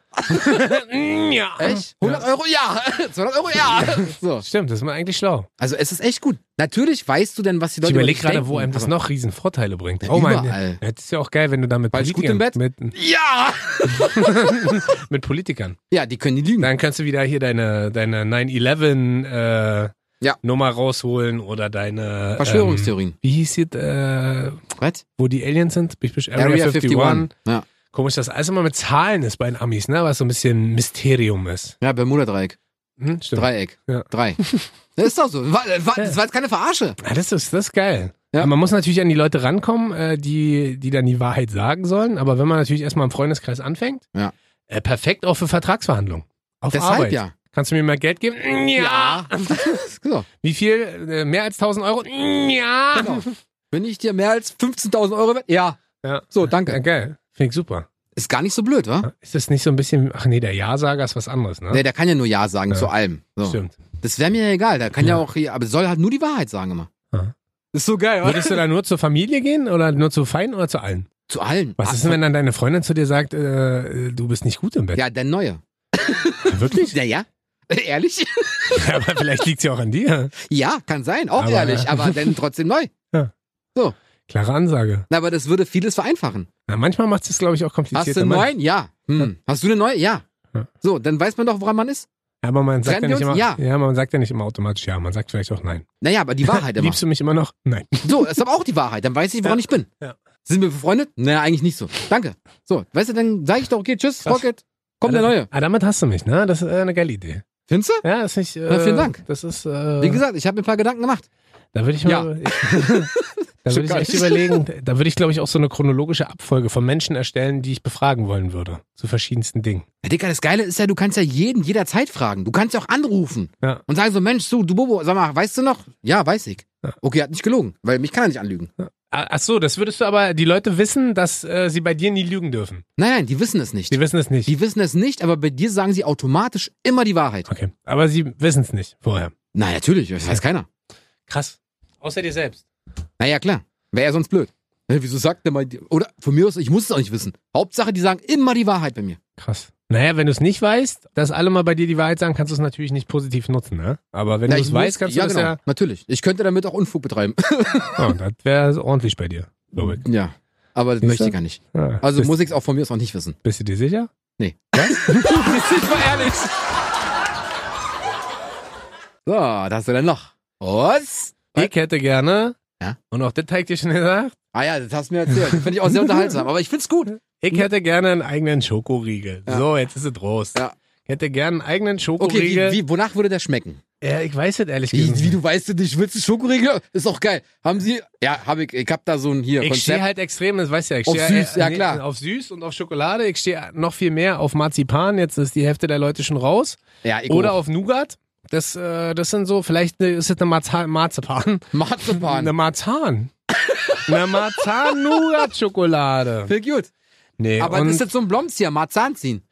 Mm, ja.
Echt? 100 Euro? Ja. 200 Euro? Ja. So.
Stimmt, das ist mal eigentlich schlau.
Also es ist echt gut. Natürlich weißt du denn, was die
Ich
Leute
überlege
über dich
gerade,
denken,
wo einem das
aber-
noch riesen Vorteile bringt.
Ja,
Oh mein
überall.
Das ist ja auch geil, wenn du da mit
Weil ich gut
Politikern,
im Bett?
mit,
Ja.
mit Politikern.
Ja, die können die lügen.
Dann kannst du wieder hier deine, deine 9-11 äh,
Ja.
Nummer rausholen oder deine ähm,
Verschwörungstheorien.
Wie hieß es, äh,
Was?
wo die Aliens sind? Ich bin Area,
Area
51.
51. Ja,
Komisch, dass alles immer mit Zahlen ist bei den Amis, ne? Was so ein bisschen Mysterium ist.
ja Bermuda-Dreieck.
Hm? Stimmt.
Dreieck.
Ja.
Drei. Das ist doch so. War, war, das war jetzt keine Verarsche.
Ah, das ist das ist geil.
Ja.
Aber Man muss natürlich an die Leute rankommen, äh, die, die dann die Wahrheit sagen sollen. Aber wenn man natürlich erstmal im Freundeskreis anfängt,
Ja.
äh, perfekt auch für Vertragsverhandlungen. Auf
Deshalb
Arbeit.
ja.
Kannst du mir mal Geld geben? Mm, Ja.
So.
Wie viel? Äh, Mehr als 1000 Euro? Mm, Ja.
Genau. Wenn ich dir mehr als 15.000 Euro wett. Ja.
Ja.
So,
ja
danke.
geil. Finde ich super.
Ist gar nicht so blöd, wa?
Ist das nicht so ein bisschen, ach nee, der Ja-Sager ist was anderes, ne?
Nee, der kann ja nur Ja sagen
Ja.
zu allem. So.
Stimmt.
Das wäre mir ja egal. Der kann ja.
Ja.
auch hier, aber soll halt nur die Wahrheit sagen immer.
Ja.
Ist so geil,
Würdest du da nur zur Familie gehen oder nur zu Feinden oder zu allen?
Zu allen.
Was
Ah,
ist denn, wenn dann deine Freundin zu dir sagt, äh, du bist nicht gut im Bett?
Ja, der neue.
Wirklich?
Naja. Ehrlich?
Aber vielleicht liegt sie auch an dir.
Ja, kann sein. Auch
Aber- äh,
ehrlich. Aber dann trotzdem neu.
Klare Ansage.
Na, aber das würde vieles vereinfachen.
Na, manchmal macht es, glaube ich, auch
Hast
komplizierter.
du einen
Man-
neuen? Ja. Hm. Hast du eine neue? Ja.
Ja.
So, dann weiß man doch, woran man ist.
Aber man sagt ja
Trennen
nicht
wir
immer,
uns?
ja. man sagt ja nicht immer automatisch ja. Man sagt vielleicht auch nein.
Naja, aber die Wahrheit immer.
Liebst du mich immer noch? Nein.
So, das ist aber auch die Wahrheit. Dann weiß ich, woran ich bin.
Ja.
Sind wir befreundet? Naja, eigentlich nicht so. Danke. So, weißt du, dann sage ich doch, okay, tschüss,
Krass.
Rocket. Kommt
Ah,
der
da-
neue.
Ah, damit hast du mich, ne? Das ist äh, eine geile Idee.
Findest du?
Ja, ist nicht. Äh,
Na, vielen Dank.
Das ist. Äh,
Wie gesagt, ich habe mir ein paar Gedanken gemacht.
da würde ich
ja.
mal. da würde
Stimmt
ich
gar
echt
nicht.
überlegen. Da würde ich, glaube ich, auch so eine chronologische Abfolge von Menschen erstellen, die ich befragen wollen würde. Zu verschiedensten Dingen.
Ja, Digga, das Geile ist ja, du kannst ja jeden jederzeit fragen. Du kannst ja auch anrufen
Ja.
und sagen so, Mensch, du, du Bobo, sag mal, weißt du noch? Ja, weiß ich.
Ja.
Okay, hat nicht gelogen, weil mich kann er nicht anlügen.
Ah, Ach so, das würdest du aber. Die Leute wissen, dass äh, sie bei dir nie lügen dürfen.
Nein, nein, die wissen es nicht.
Die wissen es nicht.
Die wissen es nicht, aber bei dir sagen sie automatisch immer die Wahrheit.
okay. Aber sie wissen es nicht vorher.
Na, natürlich, das weiß keiner.
Krass. Außer dir selbst.
Naja, klar. Wäre ja sonst blöd. Hä, wieso sagt der mal. die- Oder von mir aus, ich muss es auch nicht wissen. Hauptsache, die sagen immer die Wahrheit bei mir.
Krass. Naja, wenn du es nicht weißt, dass alle mal bei dir die Wahrheit sagen, kannst du es natürlich nicht positiv nutzen, ne? Aber wenn
Na,
du
ich
es weißt, kannst du
ja,
das
genau, Natürlich. Ich könnte damit auch Unfug betreiben.
ja. Oh, das wäre ordentlich bei dir, glaube ich.
ja. Aber das
Siehst
möchte
du?
ich gar nicht.
Ah,
Also
bist,
muss ich es auch von mir aus auch nicht wissen.
bist du dir sicher?
Nee.
Was?
ich war ehrlich. So, da hast du dann noch. Was?
Ich hätte gerne.
Ja?
Und auch das zeigt dir schon gesagt.
Ah ja, das hast du mir erzählt. Finde ich auch sehr unterhaltsam. Aber ich find's gut.
Ich hätte gerne einen eigenen Schokoriegel.
Ja.
So, jetzt ist es Rost.
Ja.
Ich hätte gerne einen eigenen
Okay,
Schokoriegel.
wie, wie, wonach würde der schmecken?
Ja, ich weiß es ehrlich gesagt.
Wie, wie
nicht.
du weißt, du nicht willst einen Schokoriegel? Ist doch geil. Haben sie. Ja, hab ich. Ich hab da so ein hier.
ich stehe
Konzept.
halt extrem, das weißt du ja. Ich
Auf
stehe,
süß, ja, klar.
Auf süß und auf Schokolade. Ich stehe noch viel mehr auf Marzipan. Jetzt ist die Hälfte der Leute schon raus.
ja, ich
Oder
auch.
auf Nougat. Das, äh, das sind so, vielleicht eine- ist es eine Marza Marzipan.
Marzipan.
Eine Marzahn. eine Marzahn-Nougat-Schokolade.
Viel gut.
Nee,
Aber
und,
das ist jetzt so ein Bloms hier, Marzahn ziehen.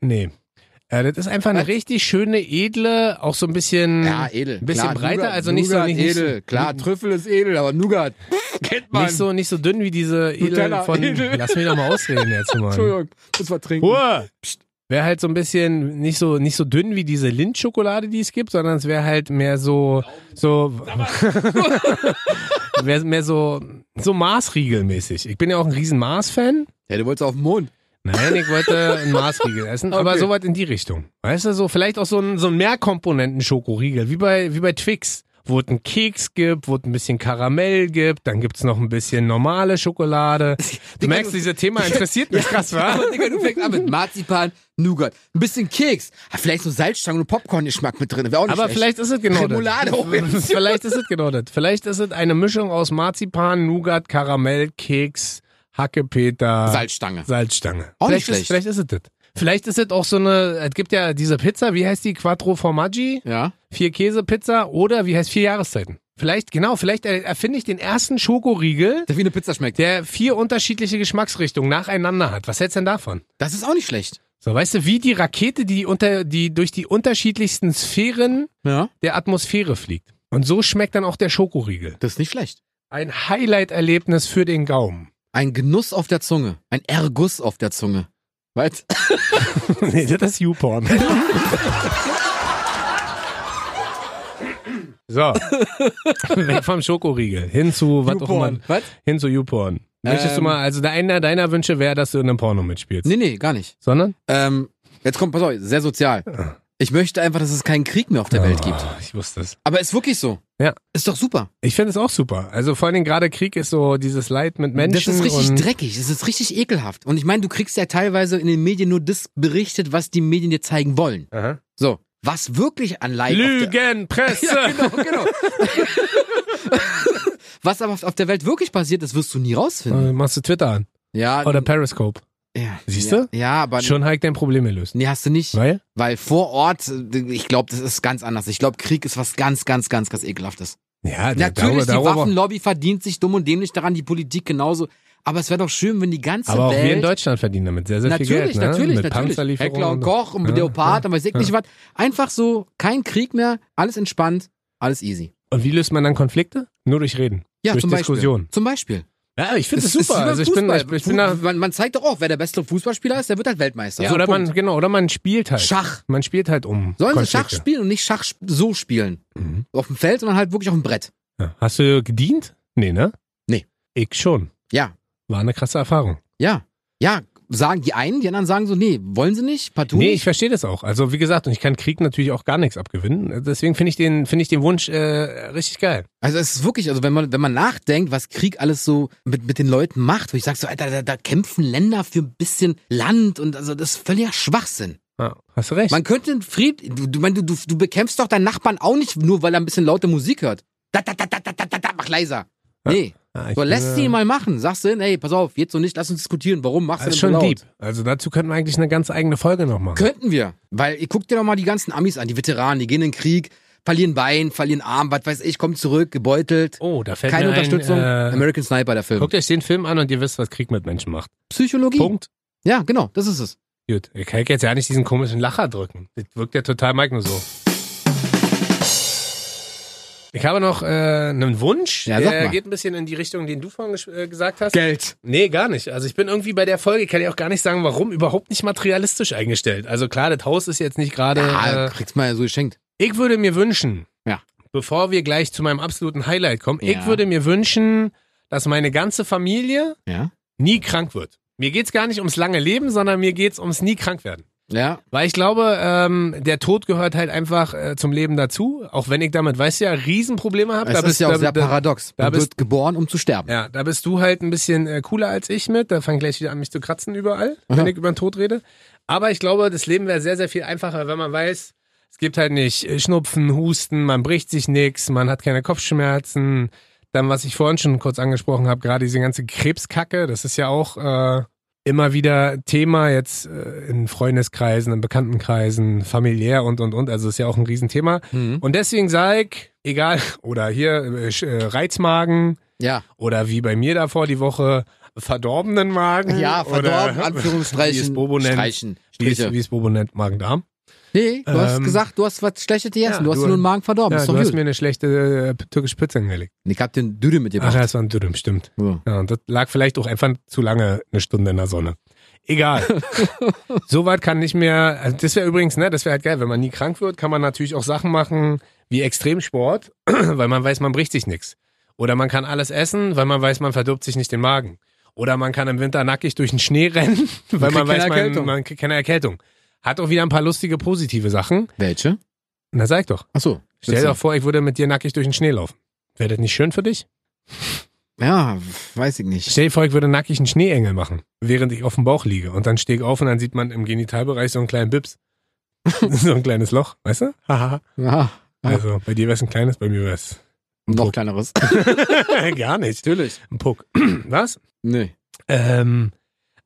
nee. Äh, das ist einfach eine
Was?
richtig schöne, edle, auch so ein bisschen,
Ja, edel.
ein Hm, bisschen
klar,
breiter,
Nougat,
also nicht so,
Nougat
nicht, nicht so- Hm.
edel. Klar, Trüffel ist edel, aber Nougat. Kennt man.
nicht so, nicht so dünn wie diese edle
Nutella,
von,
edel.
lass mich doch mal ausreden jetzt mal.
Entschuldigung, das war trinken.
Ruhe! Wäre halt so ein bisschen nicht so, nicht so dünn wie diese Lindschokolade, die es gibt, sondern es wäre halt mehr so, so, wäre mehr so, so Maßriegelmäßig. Ich bin ja auch ein riesen Maß-Fan.
Ja, du wolltest auf den Mond.
Nein, ich wollte einen Maßriegel essen, aber
Okay.
soweit in die Richtung. Weißt du, so vielleicht auch so ein, so ein Mehrkomponenten-Schokoriegel, wie bei, wie bei Twix, wo es einen Keks gibt, wo es ein bisschen Karamell gibt, dann gibt's noch ein bisschen normale Schokolade. Du
Digga,
merkst,
du-
dieses Thema interessiert mich krass, wa?
Aber Digga, du fängst an mit Marzipan, Nougat, ein bisschen Keks, ah, vielleicht so Salzstangen und Popcorn-Geschmack mit drin. Wäre auch nicht
Aber
schlecht.
vielleicht ist es genau
Remoulade auch
das.
jetzt.
vielleicht ist es genau das. Vielleicht ist es eine Mischung aus Marzipan, Nougat, Karamell, Keks, Hackepeter,
Salzstange.
Salzstange.
Auch
vielleicht,
nicht schlecht.
Ist, vielleicht ist es das. Vielleicht ist es auch so eine, es gibt ja diese Pizza, wie heißt die? Quattro Formaggi?
Ja.
Vier Käse Pizza oder wie heißt vier Jahreszeiten? Vielleicht, genau, vielleicht er- erfinde ich den ersten Schokoriegel,
Der wie eine Pizza schmeckt.
der vier unterschiedliche Geschmacksrichtungen nacheinander hat. Was hältst du denn davon?
Das ist auch nicht schlecht.
So, weißt du, wie die Rakete, die, unter, die durch die unterschiedlichsten Sphären
Ja.
der Atmosphäre fliegt. Und so schmeckt dann auch der Schokoriegel.
Das ist nicht schlecht.
Ein Highlight-Erlebnis für den Gaumen.
Ein Genuss auf der Zunge. Ein Erguss auf der Zunge. Was?
nee, das ist YouPorn. so. Weg vom Schokoriegel. Hin zu, was auch immer.
YouPorn. Was?
Hin zu YouPorn. Möchtest du
Ähm.
mal, also einer deiner Wünsche wäre, dass du in einem Porno mitspielst.
Nee, nee, gar nicht.
Sondern?
Ähm, jetzt kommt, pass auf, sehr sozial. Ich möchte einfach, dass es keinen Krieg mehr auf der Welt gibt.
Oh, ich wusste es.
Aber ist wirklich so.
Ja.
Ist doch super.
Ich finde es auch super. Also vor allen Dingen gerade Krieg ist so dieses Leid mit Menschen.
das ist richtig
und
dreckig, das ist richtig ekelhaft. Und ich meine, du kriegst ja teilweise in den Medien nur das berichtet, was die Medien dir zeigen wollen.
Aha.
So, was wirklich an Leid auf der-
Lügenpresse!
Genau, genau. was aber auf der Welt wirklich passiert, das wirst du nie rausfinden.
Äh, Machst du Twitter an.
Ja,
Oder Periscope.
ja,
Siehst
ja,
du?
Ja, aber
Schon Hike dein Problem ne? gelöst.
nee, hast du nicht,
Weil?
weil vor Ort, äh, ich glaube, das ist ganz anders. Ich glaube, Krieg ist was ganz, ganz, ganz, ganz ekelhaftes.
Ja,
Natürlich,
darüber, darüber,
die Waffenlobby verdient sich dumm und dämlich daran, die Politik genauso. Aber es wäre doch schön, wenn die ganze
Aber auch
Welt.
wir in Deutschland verdienen damit sehr, sehr
natürlich,
viel Geld. Ne?
natürlich,
Mit
natürlich.
Panzerlieferungen.
Heckler und Koch und
Ja,
Leopard und weiß ich
ja.
nicht was. Einfach so, kein Krieg mehr, alles entspannt, alles easy.
Und wie löst man dann Konflikte? Nur durch Reden.
Ja,
durch
zum
Diskussion.
Beispiel. Zum Beispiel.
Ja, ich finde es
ist
super.
wie beim
Also ich bin,
Fußball.
ich, ich bin da,
Fu- man, man zeigt doch auch, wer der beste Fußballspieler ist, der wird halt Weltmeister.
ja,
So,
oder
Punkt.
man, genau, oder man spielt halt.
Schach.
Man spielt halt um.
Sollen sie Schach
Konflikte.
spielen und nicht Schach sp- so spielen?
Mhm.
Auf dem Feld, sondern halt wirklich auf dem Brett.
Ja. Hast du gedient? Nee, ne?
Nee.
Ich schon.
Ja,
War eine krasse Erfahrung.
ja, ja. sagen die einen, die anderen sagen so, nee, wollen sie nicht, partout.
Nee,
nicht.
ich verstehe das auch. Also wie gesagt, und ich kann Krieg natürlich auch gar nichts abgewinnen. Deswegen finde ich den, finde ich den Wunsch äh, richtig geil.
Also es ist wirklich, also wenn man, wenn man nachdenkt, was Krieg alles so mit, mit den Leuten macht, wo ich sag so, Alter, da, da kämpfen Länder für ein bisschen Land und also das ist völliger Schwachsinn.
Ja, hast du recht.
Man könnte einen Fried, du, du, mein, du, du, du bekämpfst doch deinen Nachbarn auch nicht, nur weil er ein bisschen laute Musik hört. Da, da, da, da, da, da, da, da mach leiser. Nee,
Ah, ich
so,
bin,
lässt
äh,
sie ihn mal machen. Sagst du, ey, pass auf, jetzt so nicht, lass uns diskutieren. Warum machst
Das
du
ist
denn
schon
so laut?
deep. Also dazu könnten wir eigentlich eine ganz eigene Folge noch machen.
Könnten wir. Weil, ihr guckt dir doch mal die ganzen Amis an, die Veteranen, die gehen in den Krieg, verlieren Bein, verlieren Arm, was weiß ich, kommen zurück, gebeutelt.
Oh, da fällt
Keine
mir
Unterstützung.
Ein, äh,
American Sniper, der Film.
guckt euch den Film an und ihr wisst, was Krieg mit Menschen macht.
Psychologie.
Punkt.
Ja, genau, das ist es.
Gut, ihr könnt jetzt ja nicht diesen komischen Lacher drücken. Das wirkt ja total Mike nur so. Ich habe noch äh, einen Wunsch.
Ja, sag
der
mal.
geht ein bisschen in die Richtung, den du vorhin gesch- äh, gesagt hast.
Geld.
Nee, gar nicht. Also ich bin irgendwie bei der Folge, kann ich auch gar nicht sagen, warum, überhaupt nicht materialistisch eingestellt. Also klar, das Haus ist jetzt nicht gerade.
Ja,
äh,
Ah, kriegst mal so geschenkt.
ich würde mir wünschen,
Ja.
bevor wir gleich zu meinem absoluten Highlight kommen, ich
Ja.
würde mir wünschen, dass meine ganze Familie
Ja.
nie krank wird. Mir geht's gar nicht ums lange Leben, sondern mir geht's ums nie krank werden.
Ja.
Weil ich glaube, ähm, der Tod gehört halt einfach äh, zum Leben dazu, auch wenn ich damit, weißt du ja, Riesenprobleme habe.
Es ist ja auch
da,
sehr
da,
paradox.
da
Man
bist-
wird geboren, um zu sterben.
ja, da bist du halt ein bisschen äh, cooler als ich mit. Da fang gleich wieder an, mich zu kratzen überall, wenn
Aha.
ich über den Tod rede. Aber ich glaube, das Leben wäre sehr, sehr viel einfacher, wenn man weiß, es gibt halt nicht äh, Schnupfen, Husten, man bricht sich nichts, man hat keine Kopfschmerzen. Dann, was ich vorhin schon kurz angesprochen habe, gerade diese ganze Krebskacke, das ist ja auch äh, immer wieder Thema jetzt äh, in Freundeskreisen, in Bekanntenkreisen, familiär und, und, und. Also ist ja auch ein Riesenthema.
Mhm.
Und deswegen sag ich, egal, oder hier äh, Sch- äh, Reizmagen,
Ja.
oder wie bei mir davor die Woche verdorbenen Magen.
Ja, verdorben,
oder, Wie es
Anführungsstreichen.
Bobo nennt.
Streichen.
Wie es,
Striche.
wie es Bobo nennt, Magen-Darm.
Nee, du hast
Ähm,
gesagt, du hast was Schlechtes gegessen.
ja,
du hast
du-
nur einen Magen verdorben.
Ja,
Oh, ist doch
du hast
gut.
mir eine schlechte äh, türkische Pizza hingelegt.
Und ich hab den Düde
Ach,
mitgebracht.
das war ein Dürüm, stimmt.
Ja.
Ja, und das lag vielleicht auch einfach zu lange eine Stunde in der Sonne. Egal. Soweit kann nicht mehr. Also das wäre übrigens, ne, das wäre halt geil. Wenn man nie krank wird, kann man natürlich auch Sachen machen wie Extremsport, weil man weiß, man bricht sich nichts. Oder man kann alles essen, weil man weiß, man verdirbt sich nicht den Magen. Oder man kann im Winter nackig durch den Schnee rennen, weil man,
kriegt
weiß,
keine
man,
Erkältung.
man kriegt keine Erkältung. Hat auch wieder ein paar lustige positive Sachen.
Welche?
Na sag doch.
Ach so.
Stell dir doch vor, ich würde mit dir nackig durch den Schnee laufen. Wäre das nicht schön für dich?
Ja, weiß ich nicht.
Stell dir vor, ich würde nackig einen Schneeengel machen, während ich auf dem Bauch liege. Und dann stehe ich auf und dann sieht man im Genitalbereich so einen kleinen Bips. so ein kleines Loch, weißt du? Haha.
Ja,
also bei dir wäre es ein kleines, bei mir wäre es
noch kleineres.
gar nicht.
Natürlich.
Ein Puck. Was?
Nee.
Ähm,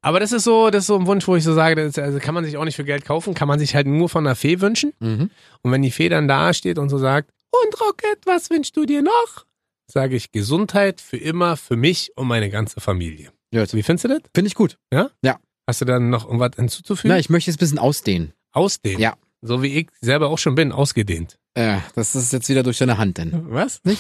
aber das ist so, das ist so ein Wunsch, wo ich so sage, das ist, also kann man sich auch nicht für Geld kaufen, kann man sich halt nur von einer Fee wünschen.
Mhm.
Und wenn die Fee dann da steht und so sagt, und Rocket, was wünschst du dir noch? Sage ich Gesundheit für immer, für mich und meine ganze Familie.
Ja,
Also, wie findest du das?
Finde ich gut.
Hast du dann noch irgendwas hinzuzufügen?
Na, ich möchte es ein bisschen ausdehnen.
Ausdehnen.
Ja.
So wie ich selber auch schon bin, ausgedehnt.
Äh, das ist jetzt wieder durch deine Hand denn.
Was?
Nicht?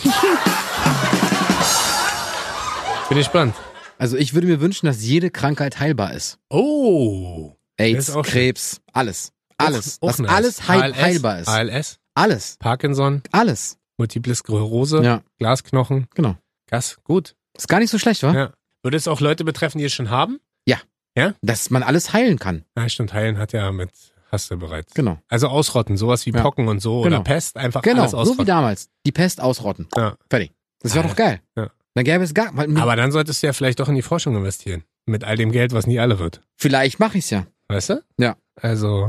Bin ich spannend.
Also ich würde mir wünschen, dass jede Krankheit heilbar ist.
Oh. Das
AIDS,
ist auch schön.
Krebs, alles. Alles.
Auch- auch
dass
nice.
alles heil,
ALS,
heilbar ist.
ALS,
Alles.
Parkinson,
Alles.
Multiple Sklerose,
Ja.
Glasknochen.
Genau.
Gas, gut.
Ist gar nicht so schlecht, wa?
Ja. Würde es auch Leute betreffen, die es schon haben?
Dass man alles heilen kann.
Ja, stimmt. Heilen hat ja mit, hast du bereits.
Genau.
Also ausrotten, sowas wie
Ja.
Pocken und so
Genau.
oder Pest, einfach
Genau.
alles
So wie
ausrotten.
damals. Die Pest ausrotten.
Ja.
Fertig. Das wäre doch geil.
Ja.
Dann gäbe es gar. Weil,
Aber dann solltest du ja vielleicht doch in die Forschung investieren. Mit all dem Geld, was nie alle wird.
vielleicht mache ich's ja.
Weißt du?
Ja.
Also,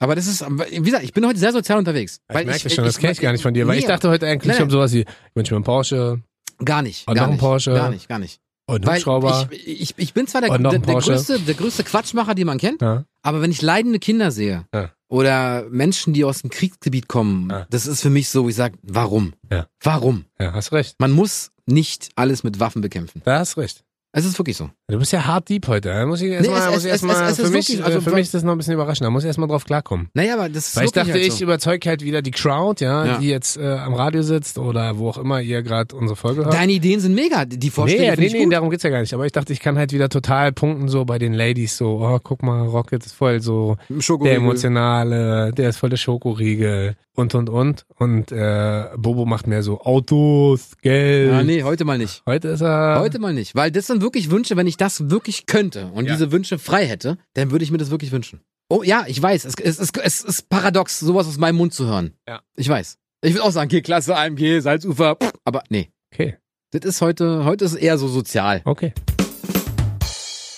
Aber das ist, wie gesagt, ich bin heute sehr sozial unterwegs.
ich merke das schon, das kenne ich gar nicht von dir, weil
nee,
ich dachte heute eigentlich
Nee.
um sowas wie, ich wünsche mir einen Porsche,
Gar nicht.
Und
gar
noch ein
nicht,
Porsche.
Gar nicht, gar nicht.
Und
Weil
Hubschrauber.
Oh, ne? ich, ich, ich bin zwar der,
Und noch
der,
ein
der,
Porsche.
größte, der größte Quatschmacher, den man kennt,
ja.
aber wenn ich leidende Kinder sehe
Ja.
oder Menschen, die aus dem Kriegsgebiet kommen,
Ja.
das ist für mich so, wo ich sage, warum?
Ja.
Warum?
ja, hast recht.
Man muss nicht alles mit Waffen bekämpfen.
Da hast recht.
Es ist wirklich so.
Du bist ja hart deep heute. Da muss ich
Nee,
erstmal,
es- es-
muss ich erstmal-
es- es ist
für, mich,
wirklich- also
äh, für
wa-
mich ist das noch ein bisschen überraschend. Da muss ich erstmal drauf klarkommen.
Naja, aber das ist
Weil ich
wirklich
dachte,
halt
ich
so.
überzeug halt wieder die Crowd, ja,
Ja.
die jetzt äh, am Radio sitzt oder wo auch immer ihr gerade unsere Folge hört.
Deine Ideen sind mega. Die die Vorschläge
Nee,
finde
nee,
ich
nee,
gut.
darum geht's ja gar nicht. Aber ich dachte, ich kann halt wieder total punkten so bei den Ladies so, oh, guck mal, Rocket ist voll so
Im Schoko-
der emotionale, der ist voll der Schokoriegel und und und und äh, Bobo macht mehr so Autos, Geld.
Ja, Ah, nee, heute mal nicht.
Heute ist er Ähm.
Heute mal nicht, weil das sind wirklich wünsche, wenn ich das wirklich könnte und
Ja.
diese Wünsche frei hätte, dann würde ich mir das wirklich wünschen. Oh ja, ich weiß, es, es, es, es ist paradox, sowas aus meinem Mund zu hören.
Ja.
Ich weiß. Ich würde auch sagen, G-Klasse, AMG, Salzufer, pff, aber nee.
Okay,
Das ist heute, heute ist eher so sozial.
okay.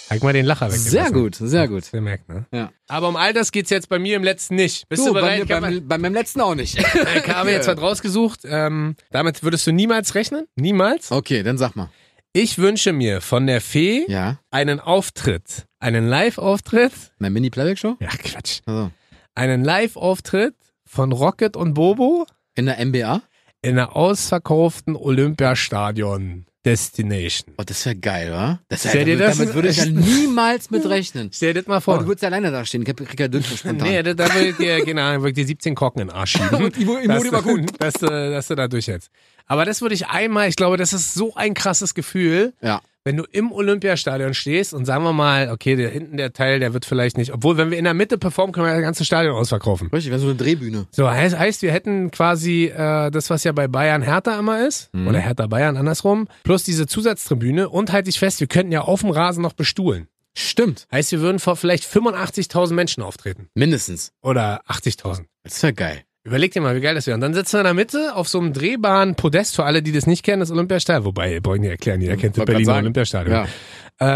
Zeig mal den Lacher weg.
Sehr gut, sehr gut.
Ihr merkt, ne?
Ja.
Aber um all das geht's jetzt bei mir im letzten nicht. Bist du,
bei mir-
bereit?
bei,
Kann man-
meinem- bei meinem letzten auch nicht.
Äh, Habe jetzt was rausgesucht. Ähm, damit würdest du niemals rechnen? Niemals?
Okay, dann sag mal.
Ich wünsche mir von der Fee
Ja,
einen Auftritt. Einen Live-Auftritt.
eine Mini-Playback-Show?
Ja, Quatsch.
Also,
Einen Live-Auftritt von Rocket und Bobo
in der MBA?
in einer ausverkauften Olympiastadion Destination.
Oh, das wäre geil, wa? Das wär,
Stell dir
damit,
das-
damit würde ich ja niemals mit rechnen.
Stell dir das mal
Aber Oh, du
vor.
würdest ja alleine da stehen, ich krieg ja Dünnschiff spontan.
Nee, da, da würde dir, genau, würde dir 17 Korken in den Arsch schieben.
Und Ivo- Ivo
dass,
die war gut.
Dass, du- dass du da durchhältst. Aber das würde ich einmal, ich glaube, das ist so ein krasses Gefühl,
Ja.
wenn du im Olympiastadion stehst und sagen wir mal, okay, der hinten der Teil, der wird vielleicht nicht, obwohl, wenn wir in der Mitte performen, können wir das ganze Stadion ausverkaufen.
Richtig, wäre so eine Drehbühne.
So, heißt, heißt wir hätten quasi äh, das, was ja bei Bayern Hertha immer ist,
Mhm.
oder Hertha Bayern andersrum, plus diese Zusatztribüne und halte ich fest, wir könnten ja auf dem Rasen noch bestuhlen.
Stimmt.
Heißt, wir würden vor vielleicht 85.000 Menschen auftreten
Mindestens.
oder 80.000.
Das wäre geil.
Überleg dir mal, wie geil das wäre. Und dann sitzen wir in der Mitte auf so einem drehbaren Podest, für alle, die das nicht kennen, das Olympiastadion. Wobei, brauche ich nicht erklären, jeder kennt das
Wollt grad
Berliner
sagen.
Olympiastadion.
Ja.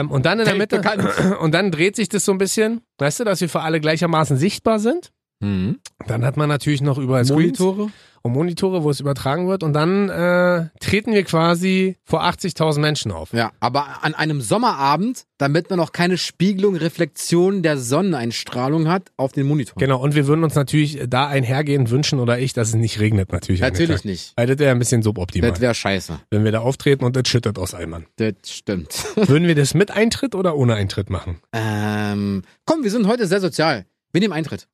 Ähm, und dann in der Mitte, und dann dreht sich das so ein bisschen, weißt du, dass wir für alle gleichermaßen sichtbar sind.
Mhm.
Dann hat man natürlich noch überall Screens
Monitore?
und um Monitore, wo es übertragen wird. Und dann äh, treten wir quasi vor 80.000 Menschen auf.
Ja, aber an einem Sommerabend, damit man auch keine Spiegelung, Reflexion der Sonneneinstrahlung hat auf den Monitor.
Genau, und wir würden uns natürlich da einhergehend wünschen oder ich, dass es nicht regnet natürlich. an dem
Natürlich
Tag.
nicht.
Weil das wäre ein bisschen suboptimal,
Das wäre scheiße.
wenn wir da auftreten und das schüttet aus Eimern.
Das stimmt.
Würden wir das mit Eintritt oder ohne Eintritt machen?
ähm, komm, wir sind heute sehr sozial. Wir nehmen Eintritt.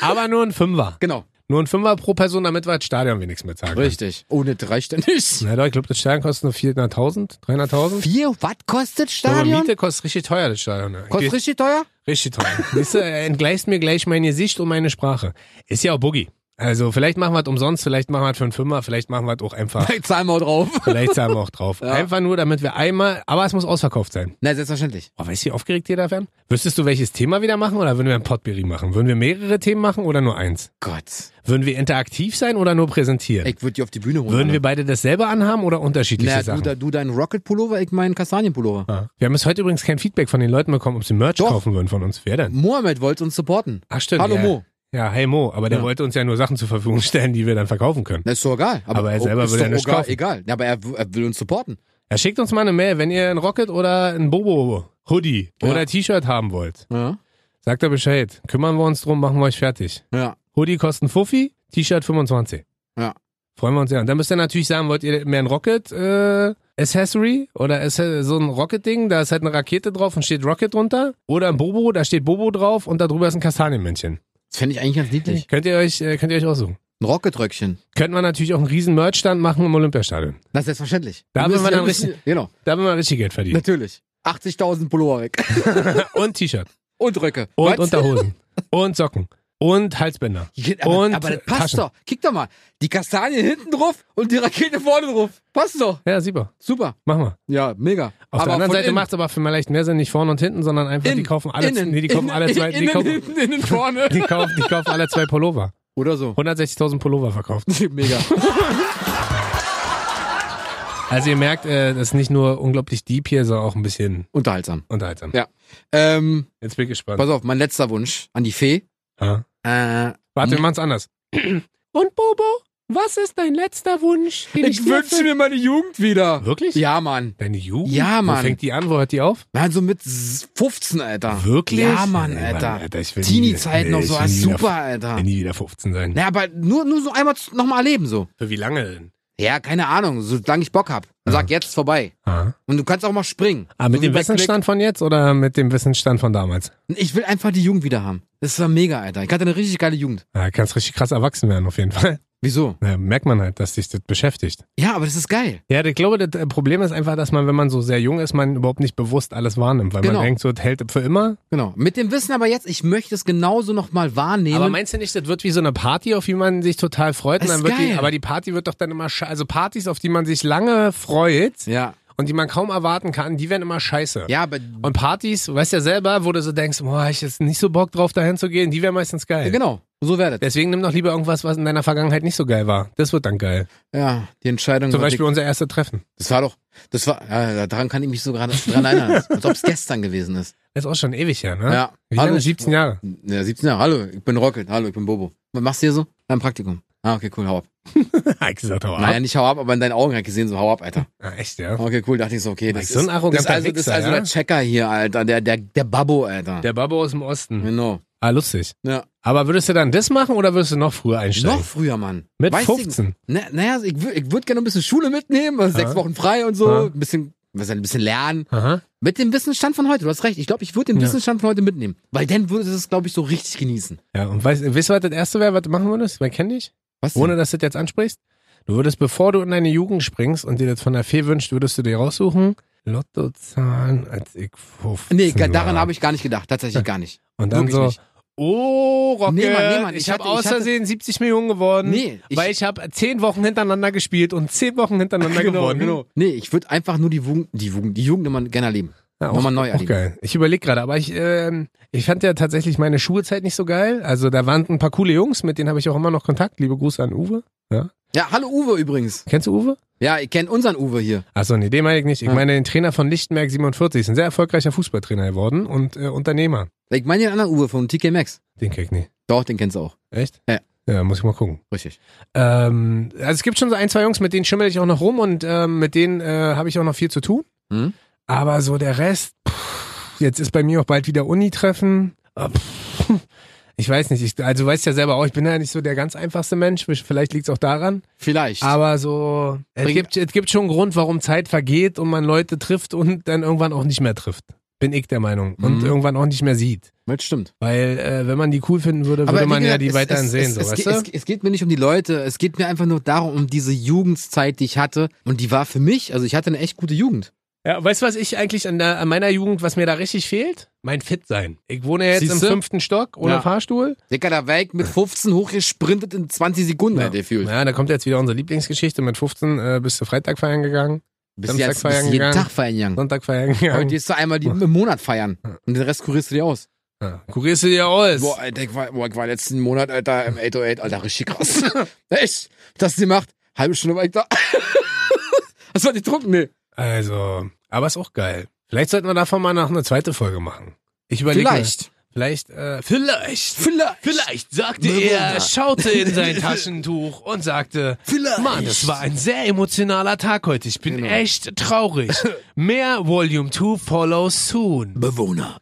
Aber nur ein Fünfer.
Genau.
Nur ein Fünfer pro Person, damit wir das Stadion wenigstens bezahlen können.
Richtig. Ohne reicht ja nicht.
Na doch, ich glaube, das Stadion kostet nur 400.000, 300.000.
Vier, was kostet
Aber
Stadion?
Miete kostet richtig teuer, das Stadion. ne?
Kostet
Geht-
richtig teuer?
richtig teuer. Siehst du, er entgleist mir gleich mein Gesicht und meine Sprache. Ist ja auch Boogie. Also vielleicht machen wir es umsonst, vielleicht machen wir es für einen Fünfer, vielleicht machen wir es auch einfach.
Vielleicht zahlen wir drauf.
Vielleicht zahlen wir auch drauf.
Ja.
Einfach nur, damit wir einmal, aber es muss ausverkauft sein.
Na, selbstverständlich.
Oh, weißt du, wie aufgeregt ihr da wären? Wüsstest du, welches Thema wieder machen oder würden wir ein Potpourri machen? Würden wir mehrere Themen machen oder nur eins?
Gott.
Würden wir interaktiv sein oder nur präsentieren?
Ich würde die auf die Bühne holen.
Würden
Alter.
wir beide dasselbe anhaben oder unterschiedliche
Na, du,
Sachen?
da- du deinen Rocket-Pullover, ich meinen Kastanien-Pullover.
Ah. wir haben bis heute übrigens kein Feedback von den Leuten bekommen, ob sie Merch
Doch.
kaufen würden von uns. Wer denn?
Mohammed wollte uns supporten.
Ach stimmt.
Hallo
ja.
Mo.
Ja, hey Mo, aber der
Ja.
wollte uns ja nur Sachen zur Verfügung stellen, die wir dann verkaufen können.
Na, ist doch egal. Aber,
Aber er
oh,
selber
ist
will ja
doch
nicht
egal,
kaufen.
egal. Ja, aber er, w- er will uns supporten.
Ja, schickt uns mal eine Mail, wenn ihr ein Rocket oder ein Bobo Hoodie
Ja.
oder T-Shirt haben wollt.
Ja.
Sagt da Bescheid. Kümmern wir uns drum, machen wir euch fertig.
Ja.
Hoodie kosten Fuffi, T-Shirt 25.
Ja.
Freuen wir uns sehr. Und dann müsst ihr natürlich sagen, wollt ihr mehr ein Rocket äh, Accessory oder Ass- so ein Rocket-Ding, da ist halt eine Rakete drauf und steht Rocket drunter. Oder ein Bobo, da steht Bobo drauf und darüber ist ein Kastanienmännchen.
Das fände ich eigentlich ganz niedlich.
Könnt ihr euch, äh, könnt ihr euch aussuchen.
Ein Rocket-Röckchen.
Könnten wir natürlich auch einen riesen Merch-Stand machen im Olympiastadion.
Na, selbstverständlich.
Da
Wir
haben wir
müssen-
dann
müssen- Genau,
Da haben wir richtig Geld verdient.
natürlich. 80.000 Pullover weg.
Und T-Shirt.
Und Röcke.
Und
Was?
Unterhosen. Und Socken. Und Halsbänder.
Aber,
und
aber das passt
Taschen.
doch. Kick doch mal. Die Kastanien hinten drauf und die Rakete vorne drauf. Passt doch.
Ja, super.
Super.
Machen wir.
Ja, mega.
Auf
aber
der anderen
von
Seite
innen.
macht es aber vielleicht mehr Sinn, nicht vorne und hinten, sondern einfach, die
Innen,
kaufen alle,
innen,
nee, die kaufen
innen,
alle zwei, die
innen,
kaufen,
hinten, innen, vorne.
die kaufen, die kaufen alle zwei Pullover.
Oder so.
160.000 Pullover verkauft.
Mega.
Also ihr merkt, äh, das ist nicht nur unglaublich deep hier, sondern auch ein bisschen
Unterhaltsam.
unterhaltsam.
Ja. Ähm,
Jetzt bin ich gespannt.
pass auf, mein letzter Wunsch an die Fee.
Ja.
Äh,
Warte, wir machen's anders. Und Bobo, was ist dein letzter Wunsch? den dir für-
mir meine Jugend wieder.
Wirklich?
Ja, Mann.
Deine Jugend?
Ja,
Wo
Mann.
fängt die an? Wo hört die auf?
Mann, so mit s- 15, Alter.
Wirklich?
Ja, Mann,
Nee,
Alter.
ich will nie
Teenie-Zeiten
wieder-
noch
nee,
so,
ich
ah,
will nie
super,
wieder-
Alter.
will nie wieder 15 sein.
Na, aber nur, nur so einmal nochmal erleben, so.
Für wie lange denn?
Ja, keine Ahnung, solange ich Bock hab. Dann sag jetzt vorbei.
Ah,
Und du kannst auch mal springen.
ah mit
so wie
dem
bei Click.
Wissensstand von jetzt oder mit dem Wissensstand von damals?
Ich will einfach die Jugend wieder haben. Das war mega, Alter. Ich hatte eine richtig geile Jugend.
Ah, kannst richtig krass erwachsen werden, auf jeden Fall.
Wieso?
Na, merkt man halt, dass dich das beschäftigt.
Ja, aber das ist geil.
Ja, ich glaube, das äh, Problem ist einfach, dass man, wenn man so sehr jung ist, man überhaupt nicht bewusst alles wahrnimmt, weil
Genau.
man denkt, so, das hält für immer.
Genau. Mit dem Wissen aber jetzt, ich möchte es genauso nochmal wahrnehmen.
Aber meinst du nicht, das wird wie so eine Party, auf die man sich total freut? Und
Das
dann
ist
wird die,
geil.
aber die Party wird doch dann immer, sche- also Partys, auf die man sich lange freut
ja.
und die man kaum erwarten kann, die werden immer scheiße.
Ja, aber
Und Partys, weißt ja selber, wo du so denkst, boah, ich jetzt nicht so Bock drauf, dahin zu gehen, die wären meistens geil.
genau, so wäre das.
Deswegen nimm doch lieber irgendwas, was in deiner Vergangenheit nicht so geil war. Das wird dann geil.
Ja, Genau, die Entscheidung.
Zum
war
Beispiel
dick.
unser erstes Treffen.
Das war doch, das war, ja, daran kann ich mich so gerade dran erinnern, als ob es gestern gewesen ist.
Das ist auch schon ewig her, ne?
Ja,
Wie lange? 17 Jahre.
Ja, 17 Jahre. Hallo, ich bin Rocket. Hallo, ich bin Bobo. Was machst du hier so? Ein Praktikum. Ah, okay, cool, hau ab.
Hab ich gesagt, hau ab.
Naja, nicht hau ab, aber in deinen Augen hab ich gesehen, so hau ab, Alter.
Ah, echt, ja.
Okay, cool, dachte ich so, okay.
Das
Das
ist so ein
das ist
arroganter
also, das ist
Wichser,
also
ja?
der Checker hier, Alter. Der, der, der Babbo, Alter.
Der Babbo aus dem Osten.
genau.
Ah, lustig.
Ja.
Aber würdest du dann das machen oder würdest du noch früher einsteigen?
Noch früher, Mann.
Mit
Weiß
15.
Ich, na, naja, ich, wür- ich würde gerne ein bisschen Schule mitnehmen, also
Ja.
sechs Wochen frei und so.
Ja.
Ein bisschen, was ein bisschen lernen.
Aha.
Mit dem Wissensstand von heute, du hast recht. Ich glaube, ich würde den
Ja.
Wissensstand von heute mitnehmen. Weil dann würde es, glaube ich, so richtig genießen.
Ja, und weißt, weißt du, was das erste wäre, was du machen würdest? Man kennt dich?
Was? denn?
Ohne, dass du das jetzt ansprichst. Du würdest, bevor du in deine Jugend springst und dir das von der Fee wünscht, würdest du dir raussuchen, Lottozahlen als ich 15
Nee, daran
war.
habe ich gar nicht gedacht. Tatsächlich gar nicht.
Und dann
wirklich
so,
nicht.
oh, Rocket,
Nee, Mann, nee, Mann,
ich,
ich
habe
hatte- ich
aus
hatte-
Versehen 70 Millionen geworden,
Nee, ich-
Ähm, weil ich habe 10 Wochen hintereinander gespielt und 10 Wochen hintereinander
Genau,
gewonnen.
Nee, ich würde einfach nur die Jugend, die Jugend, die Jugend immer gerne erleben.
Ja,
Nochmal neu
auch
erleben.
geil. Ich überlege gerade, aber ich, ähm, ich fand ja tatsächlich meine Schulzeit nicht so geil. Also da waren ein paar coole Jungs, mit denen habe ich auch immer noch Kontakt. Liebe Grüße an Uwe.
Ja, hallo Uwe übrigens.
Kennst du Uwe?
Ja, ihr kennt unseren Uwe hier.
Achso, nee, den meine ich nicht. Ich
Ja.
meine den Trainer von Lichtenberg 47. Ist ein sehr erfolgreicher Fußballtrainer geworden und äh, Unternehmer.
Ich meine den anderen Uwe von TK Maxx.
Den kenn ich nicht.
Doch, den kennst du auch.
Echt?
Ja.
Ja, muss ich mal gucken.
Richtig.
Ähm, also es gibt schon so ein, zwei Jungs, mit denen schimmel ich auch noch rum und ähm, mit denen äh, habe ich auch noch viel zu tun.
Hm?
Aber so der Rest, pff, jetzt ist bei mir auch bald wieder Uni-Treffen. Ah, pff, Ich weiß nicht, ich, also du weißt ja selber auch, ich bin ja nicht so der ganz einfachste Mensch, vielleicht liegt es auch daran.
Vielleicht.
Aber so, es
Bring-
gibt, es gibt schon einen Grund, warum Zeit vergeht und man Leute trifft und dann irgendwann auch nicht mehr trifft. Bin ich der Meinung. Und
Mhm.
irgendwann auch nicht mehr sieht.
das stimmt.
Weil äh, wenn man die cool finden würde, würde
wie
man ja
gesagt,
die
es-
weiterhin
es,
sehen,
es,
so
es,
weißt
geht-
du?
es, es geht mir nicht um die Leute, es geht mir einfach nur darum, um diese Jugendzeit, die ich hatte. Und die war für mich, also ich hatte eine echt gute Jugend.
Ja, weißt du, was ich eigentlich an, der, an meiner Jugend, was mir da richtig fehlt? Mein Fit-Sein. Ich wohne jetzt
Siehste?
im fünften Stock ohne
Ja.
Fahrstuhl.
Dicker, da weg mit 15 hochgesprintet in 20 Sekunden, ja. der fühlt.
Ja, da kommt jetzt wieder unsere Lieblingsgeschichte. Mit 15 äh, bist du Freitag feiern gegangen,
Bis
Samstag
jetzt,
feiern
bis jeden
gegangen.
Tag feiern gegangen.
Sonntag feiern
Aber
gegangen.
gehst du einmal die, im Monat feiern. Und den Rest kurierst du dir aus.
Ja. Kurierst du dir aus?
Boah, Alter, ich war, boah, ich war letzten Monat, Alter, im 808, Alter, richtig krass. Echt? Das die macht, halbe Stunde war ich da. Hast du nicht getrunken? Nee.
Also, aber ist auch geil. Vielleicht sollten wir davon mal noch eine zweite Folge machen. Ich überlege.
Vielleicht.
Vielleicht, äh, vielleicht.
Vielleicht.
Vielleicht sagte
Bewohner.
er, schaute in sein Taschentuch und sagte,
Vielleicht.
Mann, es war ein sehr emotionaler Tag heute. Ich bin
Genau.
echt traurig. Mehr Volume 2 follows soon.
Bewohner.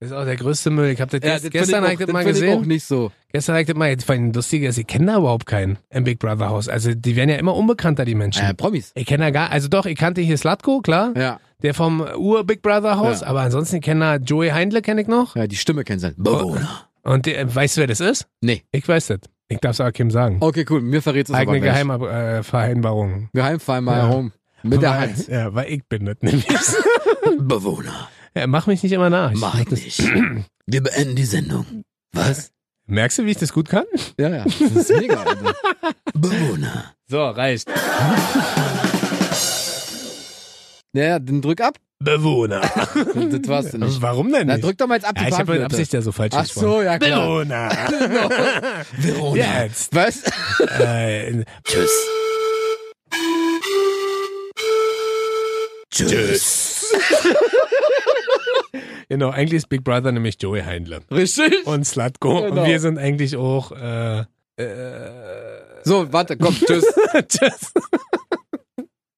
Das ist auch der größte Müll. Ich habe das,
Ja,
gest-
das gestern
gestern hab
ich
ich
auch,
das
das
mal
find ich auch
gesehen.
nicht so.
Gestern hab ich das mal, vor allem lustig ist, ich kenne da überhaupt keinen im Big Brother Haus. Also die werden ja immer unbekannter, die Menschen.
Äh, Promis.
ich kenne da gar, also doch, ich kannte hier Slatko, klar,
Ja.
der vom Ur-Big Brother Haus,
Ja.
aber ansonsten ich kenne da Joey Heindle, kenne ich noch.
Ja, die Stimme kennst du. halt. Bewohner.
Und der, weißt du, wer das ist?
Nee.
Ich weiß das. Ich darf es aber Kim sagen.
Okay, cool. Mir verrätst du es Oh, aber
Eigene
nicht.
Geheimvereinbarung. Äh, Vereinbarung.
Geheimfall mal
Ja.
herum. Mit der
Weil-
Hand.
Ja, weil ich bin das nämlich.
Bewohner.
ja, mach mich nicht immer nach. Ich-
Mach ich nicht. Wir beenden die Sendung. Was?
Merkst du, wie ich das gut kann?
Ja, ja. Das ist mega, Alter. Bewohner.
So, reicht.
Ja, ja, dann drück ab.
Bewohner.
Das war's denn nicht.
Warum denn
Na,
nicht?
drück doch mal jetzt ab.
ja,
die
ich habe mit
Panflöte.
Absicht ja so falsch
Ach
gesprochen.
so, ja klar.
Bewohner.
Verona.
Jetzt.
Was?
Äh,
Tschüss. Tschüss.
genau, eigentlich ist Big Brother nämlich Joey Heindle
Richtig?
und Slatko.
Genau.
Und wir sind eigentlich auch. Äh, äh,
So, warte, komm, tschüss.
tschüss.